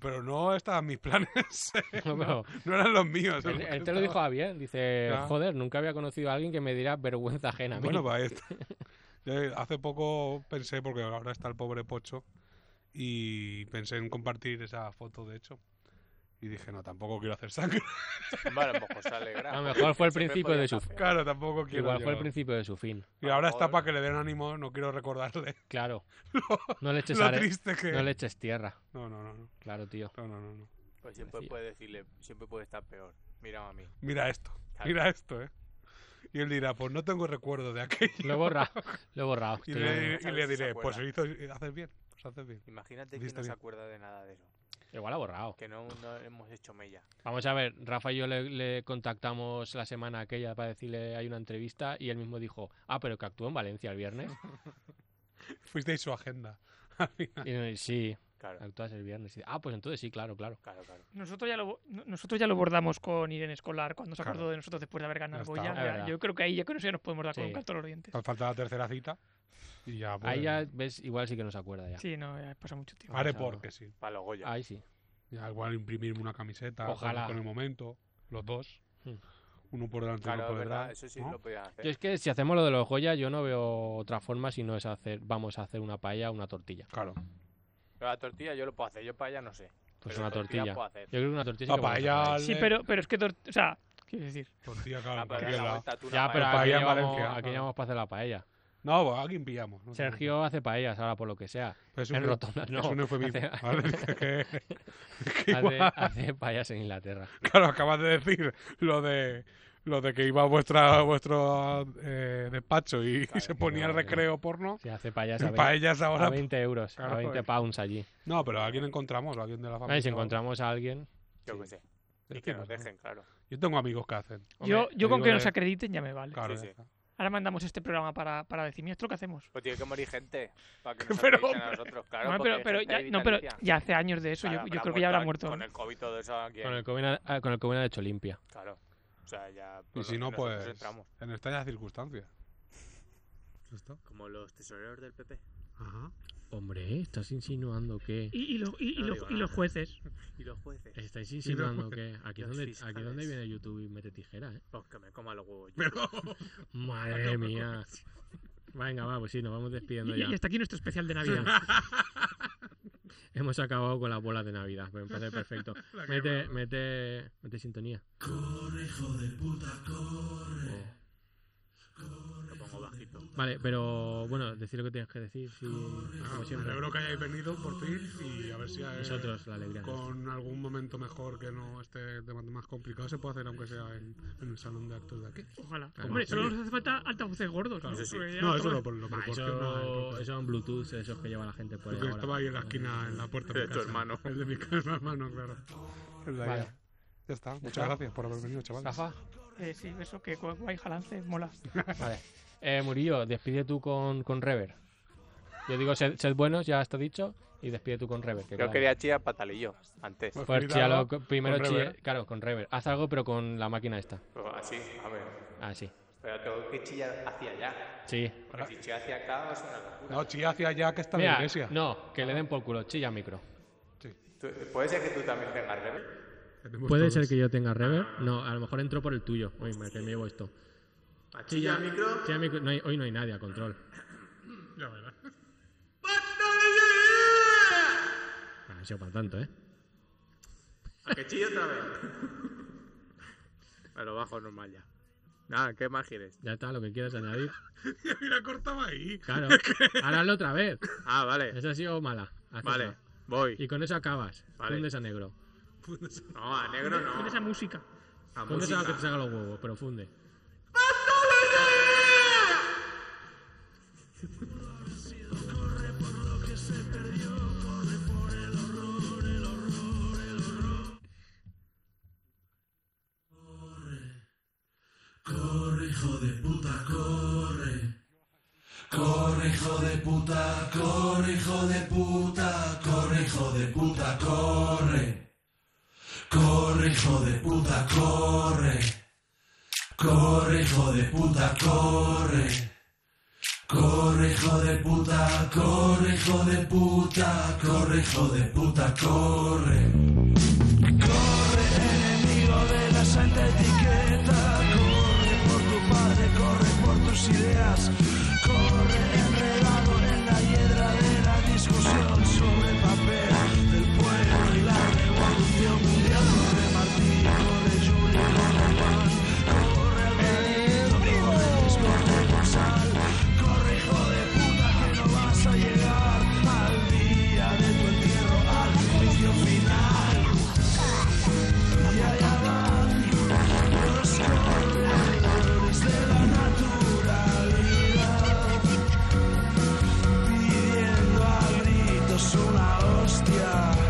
S3: Pero no estaban mis planes. ¿eh?
S2: No, pero-
S3: No eran los míos.
S2: Él,
S3: era
S2: él
S3: que
S2: te lo dijo
S3: estaba-
S2: a bien, dice,
S3: Claro.
S2: joder, nunca había conocido a alguien que me diera vergüenza ajena. a mí".
S3: Bueno, va, este- Yo Hace poco pensé, porque ahora está el pobre Pocho, y pensé en compartir esa foto, de hecho. Y dije, no, tampoco quiero hacer sangre.
S4: Vale, a lo mejor se alegra,
S2: A lo
S4: porque
S2: mejor fue el
S4: siempre
S2: principio de
S4: podía
S2: su-
S4: hacer.
S3: Claro, tampoco quiero.
S2: Igual fue el
S3: yo.
S2: principio de su fin,
S3: Y ahora está
S4: Joder.
S3: para que le den ánimo, no quiero recordarle
S2: claro. No le eches,
S3: lo
S2: are-
S3: triste que.
S2: no le eches tierra,
S3: No, no, no, no,
S2: claro, tío.
S3: no, no, no, no.
S4: Pues siempre
S2: Decía.
S4: puede decirle, siempre puede estar peor. Mira a mí.
S3: Mira esto,
S4: Claro.
S3: mira esto, ¿eh? Y él dirá, pues no tengo recuerdo de aquello.
S2: Lo he borrado, lo he borrado.
S4: Pues
S3: Y
S2: tío.
S3: le, y
S4: Sabes
S3: le
S4: si se
S3: diré, pues
S4: acuerda.
S3: hizo, haces bien, pues haces bien.
S4: Imagínate que
S3: Viste
S4: no se
S3: bien.
S4: acuerda de nada de eso.
S2: Igual ha borrado.
S4: Que no, no hemos hecho mella.
S2: Vamos a ver, Rafa y yo le, le contactamos la semana aquella para decirle hay una entrevista y él mismo dijo, ah, pero que actuó en Valencia el viernes.
S3: Fuisteis su agenda. Al final.
S2: Y, sí,
S4: Claro,
S2: Actúas el viernes. y- Ah, pues entonces sí, claro, claro.
S4: claro, claro.
S5: Nosotros ya lo, no- nosotros ya lo abordamos con Irene Escolar cuando se
S3: Claro.
S5: acordó de nosotros después de haber ganado el
S3: Ya está.
S5: Goya.
S2: Es
S5: Ya-
S2: verdad.
S5: yo creo que ahí ya con eso ya nos podemos dar con
S2: Sí.
S5: un canto a los dientes.
S3: Nos falta la tercera cita. Y ya, pues,
S2: Ahí ya ves, igual sí que no se acuerda ya.
S5: Sí, no, ya pasa mucho tiempo.
S3: Haré
S2: Claro.
S3: porque sí.
S4: Para los Goya.
S2: Ahí sí.
S3: Ya, igual imprimirme una camiseta con-
S2: Ojalá.
S3: con el momento, los dos.
S2: Hmm.
S3: Uno por delante y
S4: claro,
S3: uno
S4: es
S3: por
S4: verdad,
S3: detrás.
S4: eso sí
S3: ¿no?
S4: lo podían hacer.
S2: Yo es que si hacemos lo de los Goya, yo no veo otra forma si no es hacer, vamos a hacer una paella o una tortilla.
S3: Claro.
S4: Pero la tortilla yo lo puedo hacer, yo para allá no sé.
S2: Pues
S4: pero
S2: una tortilla. Yo
S4: puedo hacer.
S2: creo que una tortilla sí
S3: La
S2: que podemos
S3: paella
S2: hacer.
S3: al-
S5: Sí, pero, pero es que, tor- o sea, quiero decir,
S3: Tortilla,
S4: Ah,
S3: Pues,
S4: pero dale
S3: claro. que
S4: la
S3: la-
S4: vuelta, tú una
S2: Ya, pero
S4: paella.
S2: aquí,
S3: paella en
S2: llevamos,
S3: Valencia,
S2: aquí
S3: claro.
S2: llevamos para hacer la paella.
S3: No, pues alguien pillamos. no te
S2: Sergio hace paellas ahora por lo que sea.
S3: preocupes. Pero es
S2: en
S3: un-
S2: rotondas, no.
S3: Es un eufemismo.
S2: Hace-
S3: ¿vale? Es que- es que
S2: Hace,
S3: igual-
S2: hace paellas en Inglaterra.
S3: Claro, acabas de decir lo de lo de que iba a vuestra vuestro eh, despacho y, y
S4: Claro,
S3: se ponía el
S2: madre mía.
S3: recreo porno.
S2: Sí, hace paellas a,
S3: Y
S2: ve-
S3: para ellas
S2: a
S3: ahora.
S2: 20 euros,
S3: Claro,
S2: a 20
S3: es-
S2: pounds allí.
S3: No, pero a alguien encontramos, a alguien de la familia.
S2: Ahí si
S3: o algo.
S2: encontramos a alguien.
S4: Yo
S3: Sí.
S4: qué sé.
S3: Es
S4: Y que
S3: no
S4: nos
S3: sé.
S4: dejen, claro.
S3: Yo tengo amigos que hacen.
S5: yo, yo
S3: te
S5: con
S3: digo
S5: que
S3: que-
S5: nos acrediten ya me vale.
S3: Claro,
S4: sí.
S3: ya está.
S5: Ahora mandamos este programa para, para decir, mira, esto es lo que hacemos.
S4: Pues tiene que morir gente para que nos
S3: Pero,
S4: acrediten a nosotros, claro.
S5: no,
S4: porque
S5: pero,
S4: hay
S5: pero
S4: gente
S5: ya,
S4: ahí
S5: no, pero
S4: vitalicia.
S5: ya hace años de eso, yo-
S4: Claro,
S5: yo,
S4: habrá
S5: creo que ya habrá
S4: al-
S5: muerto.
S4: Con el COVID y todo eso aquí.
S2: Con el que hubiera- ah, con el que hubiera hecho limpia.
S4: Claro. O sea, ya.
S3: Y
S4: por
S3: si
S4: lo-
S3: no,
S4: nosotros
S3: pues.
S4: entramos.
S3: En estas circunstancias. Ya está.
S11: Como los tesoreros del PP.
S3: Ajá.
S10: Hombre, estás insinuando que.
S12: Y, y, lo- y- y
S11: No
S12: lo-
S11: digo
S12: y los
S11: nada.
S12: jueces.
S11: Y los jueces.
S3: Eh.
S10: Estáis insinuando
S3: los-
S10: que. Aquí es
S11: los
S10: donde, aquí
S11: fiscales.
S10: es donde viene YouTube y mete tijera, ¿eh?
S11: Pues que me coma los huevos. yo.
S10: Madre mía. Venga, va, pues sí, nos vamos despidiendo
S12: Y,
S10: ya.
S12: y hasta aquí nuestro especial de Navidad.
S10: Hemos acabado con las bolas de Navidad. Me parece perfecto. mete, mete, mete sintonía.
S11: Lo pongo bajito.
S10: Oh. Vale, pero bueno, decir lo que tienes que decir. sí, como
S3: Pues me
S10: siempre.
S3: alegro que hayáis venido por fin y a ver si hay-
S10: Nosotros, la alegría.
S3: con algún momento mejor que no esté de- más complicado se puede hacer aunque sea en, en el salón de actos de aquí.
S12: Ojalá.
S10: Claro,
S12: Hombre,
S10: sí.
S12: solo nos hace falta altavoces gordos.
S3: Claro.
S12: ¿no?
S3: Eso sí.
S12: Porque ya
S3: No, Ah, eso
S12: estamos-
S3: lo, lo, lo
S10: Va,
S3: proporciona el
S10: eso,
S3: propio-
S10: eso son Bluetooth, esos que lleva la gente por ahí.
S3: Porque
S10: ahora.
S3: estaba ahí en la esquina, en la puerta de
S4: De
S3: mi
S4: tu
S3: casa.
S4: hermano.
S3: El de mi casa, hermano, claro. El de allá. Ya está. Muchas gracias por haber venido, Pues chavales.
S2: Rafa,
S5: Eh, sí, eso que gu- guay, jalance, mola.
S2: Vale. Eh, Murillo, despide tú con, con Rever. Yo digo, sed, sed buenos, ya está dicho, y despide tú con Rever. que
S4: Yo
S2: quedamos.
S4: quería chía patalillo antes.
S3: Pues
S2: Pues
S3: Frida,
S2: chíalo co- primero,
S3: con
S2: chía-
S3: Rever.
S2: claro, con Rever. Haz algo, pero con la máquina esta.
S4: Pues así, a ver.
S2: Ah, sí.
S4: Pero tengo que chillar hacia allá.
S2: Sí.
S4: Porque si chillo hacia acá es una locura.
S3: No, chía hacia allá que está
S2: Mira,
S3: la iglesia.
S2: no, que le den por culo, chilla micro.
S4: Tú- Puede ser que tú también tengas rebel.
S3: Tenemos
S10: Pues Puede
S3: todos.
S10: ser que yo tenga reverb. No, a lo mejor entro por el tuyo. Uy, me, que me llevo esto. Chilla, micro. micro. No hay- hoy no hay nadie a control.
S3: Ya verás.
S10: Ah, ha sido para tanto, ¿eh?
S11: ¿A que chillo otra vez? me lo bajo normal ya. Nada, ¿qué más quieres?
S10: Ya está, lo que quieras añadir.
S3: Mira, cortaba ahí.
S10: Claro. Ahora hazlo otra vez.
S11: Ah,
S3: Eh,
S11: vale.
S10: Esa ha sido mala. Haz
S11: Vale,
S10: otra.
S11: voy.
S10: Y con eso acabas.
S11: Vale.
S10: Fundes a negro.
S11: No, a negro
S12: Con esa
S11: no.
S12: música.
S11: A
S10: Fundes a lo que
S11: música.
S10: te saca los huevos, pero funde.
S13: una hostia.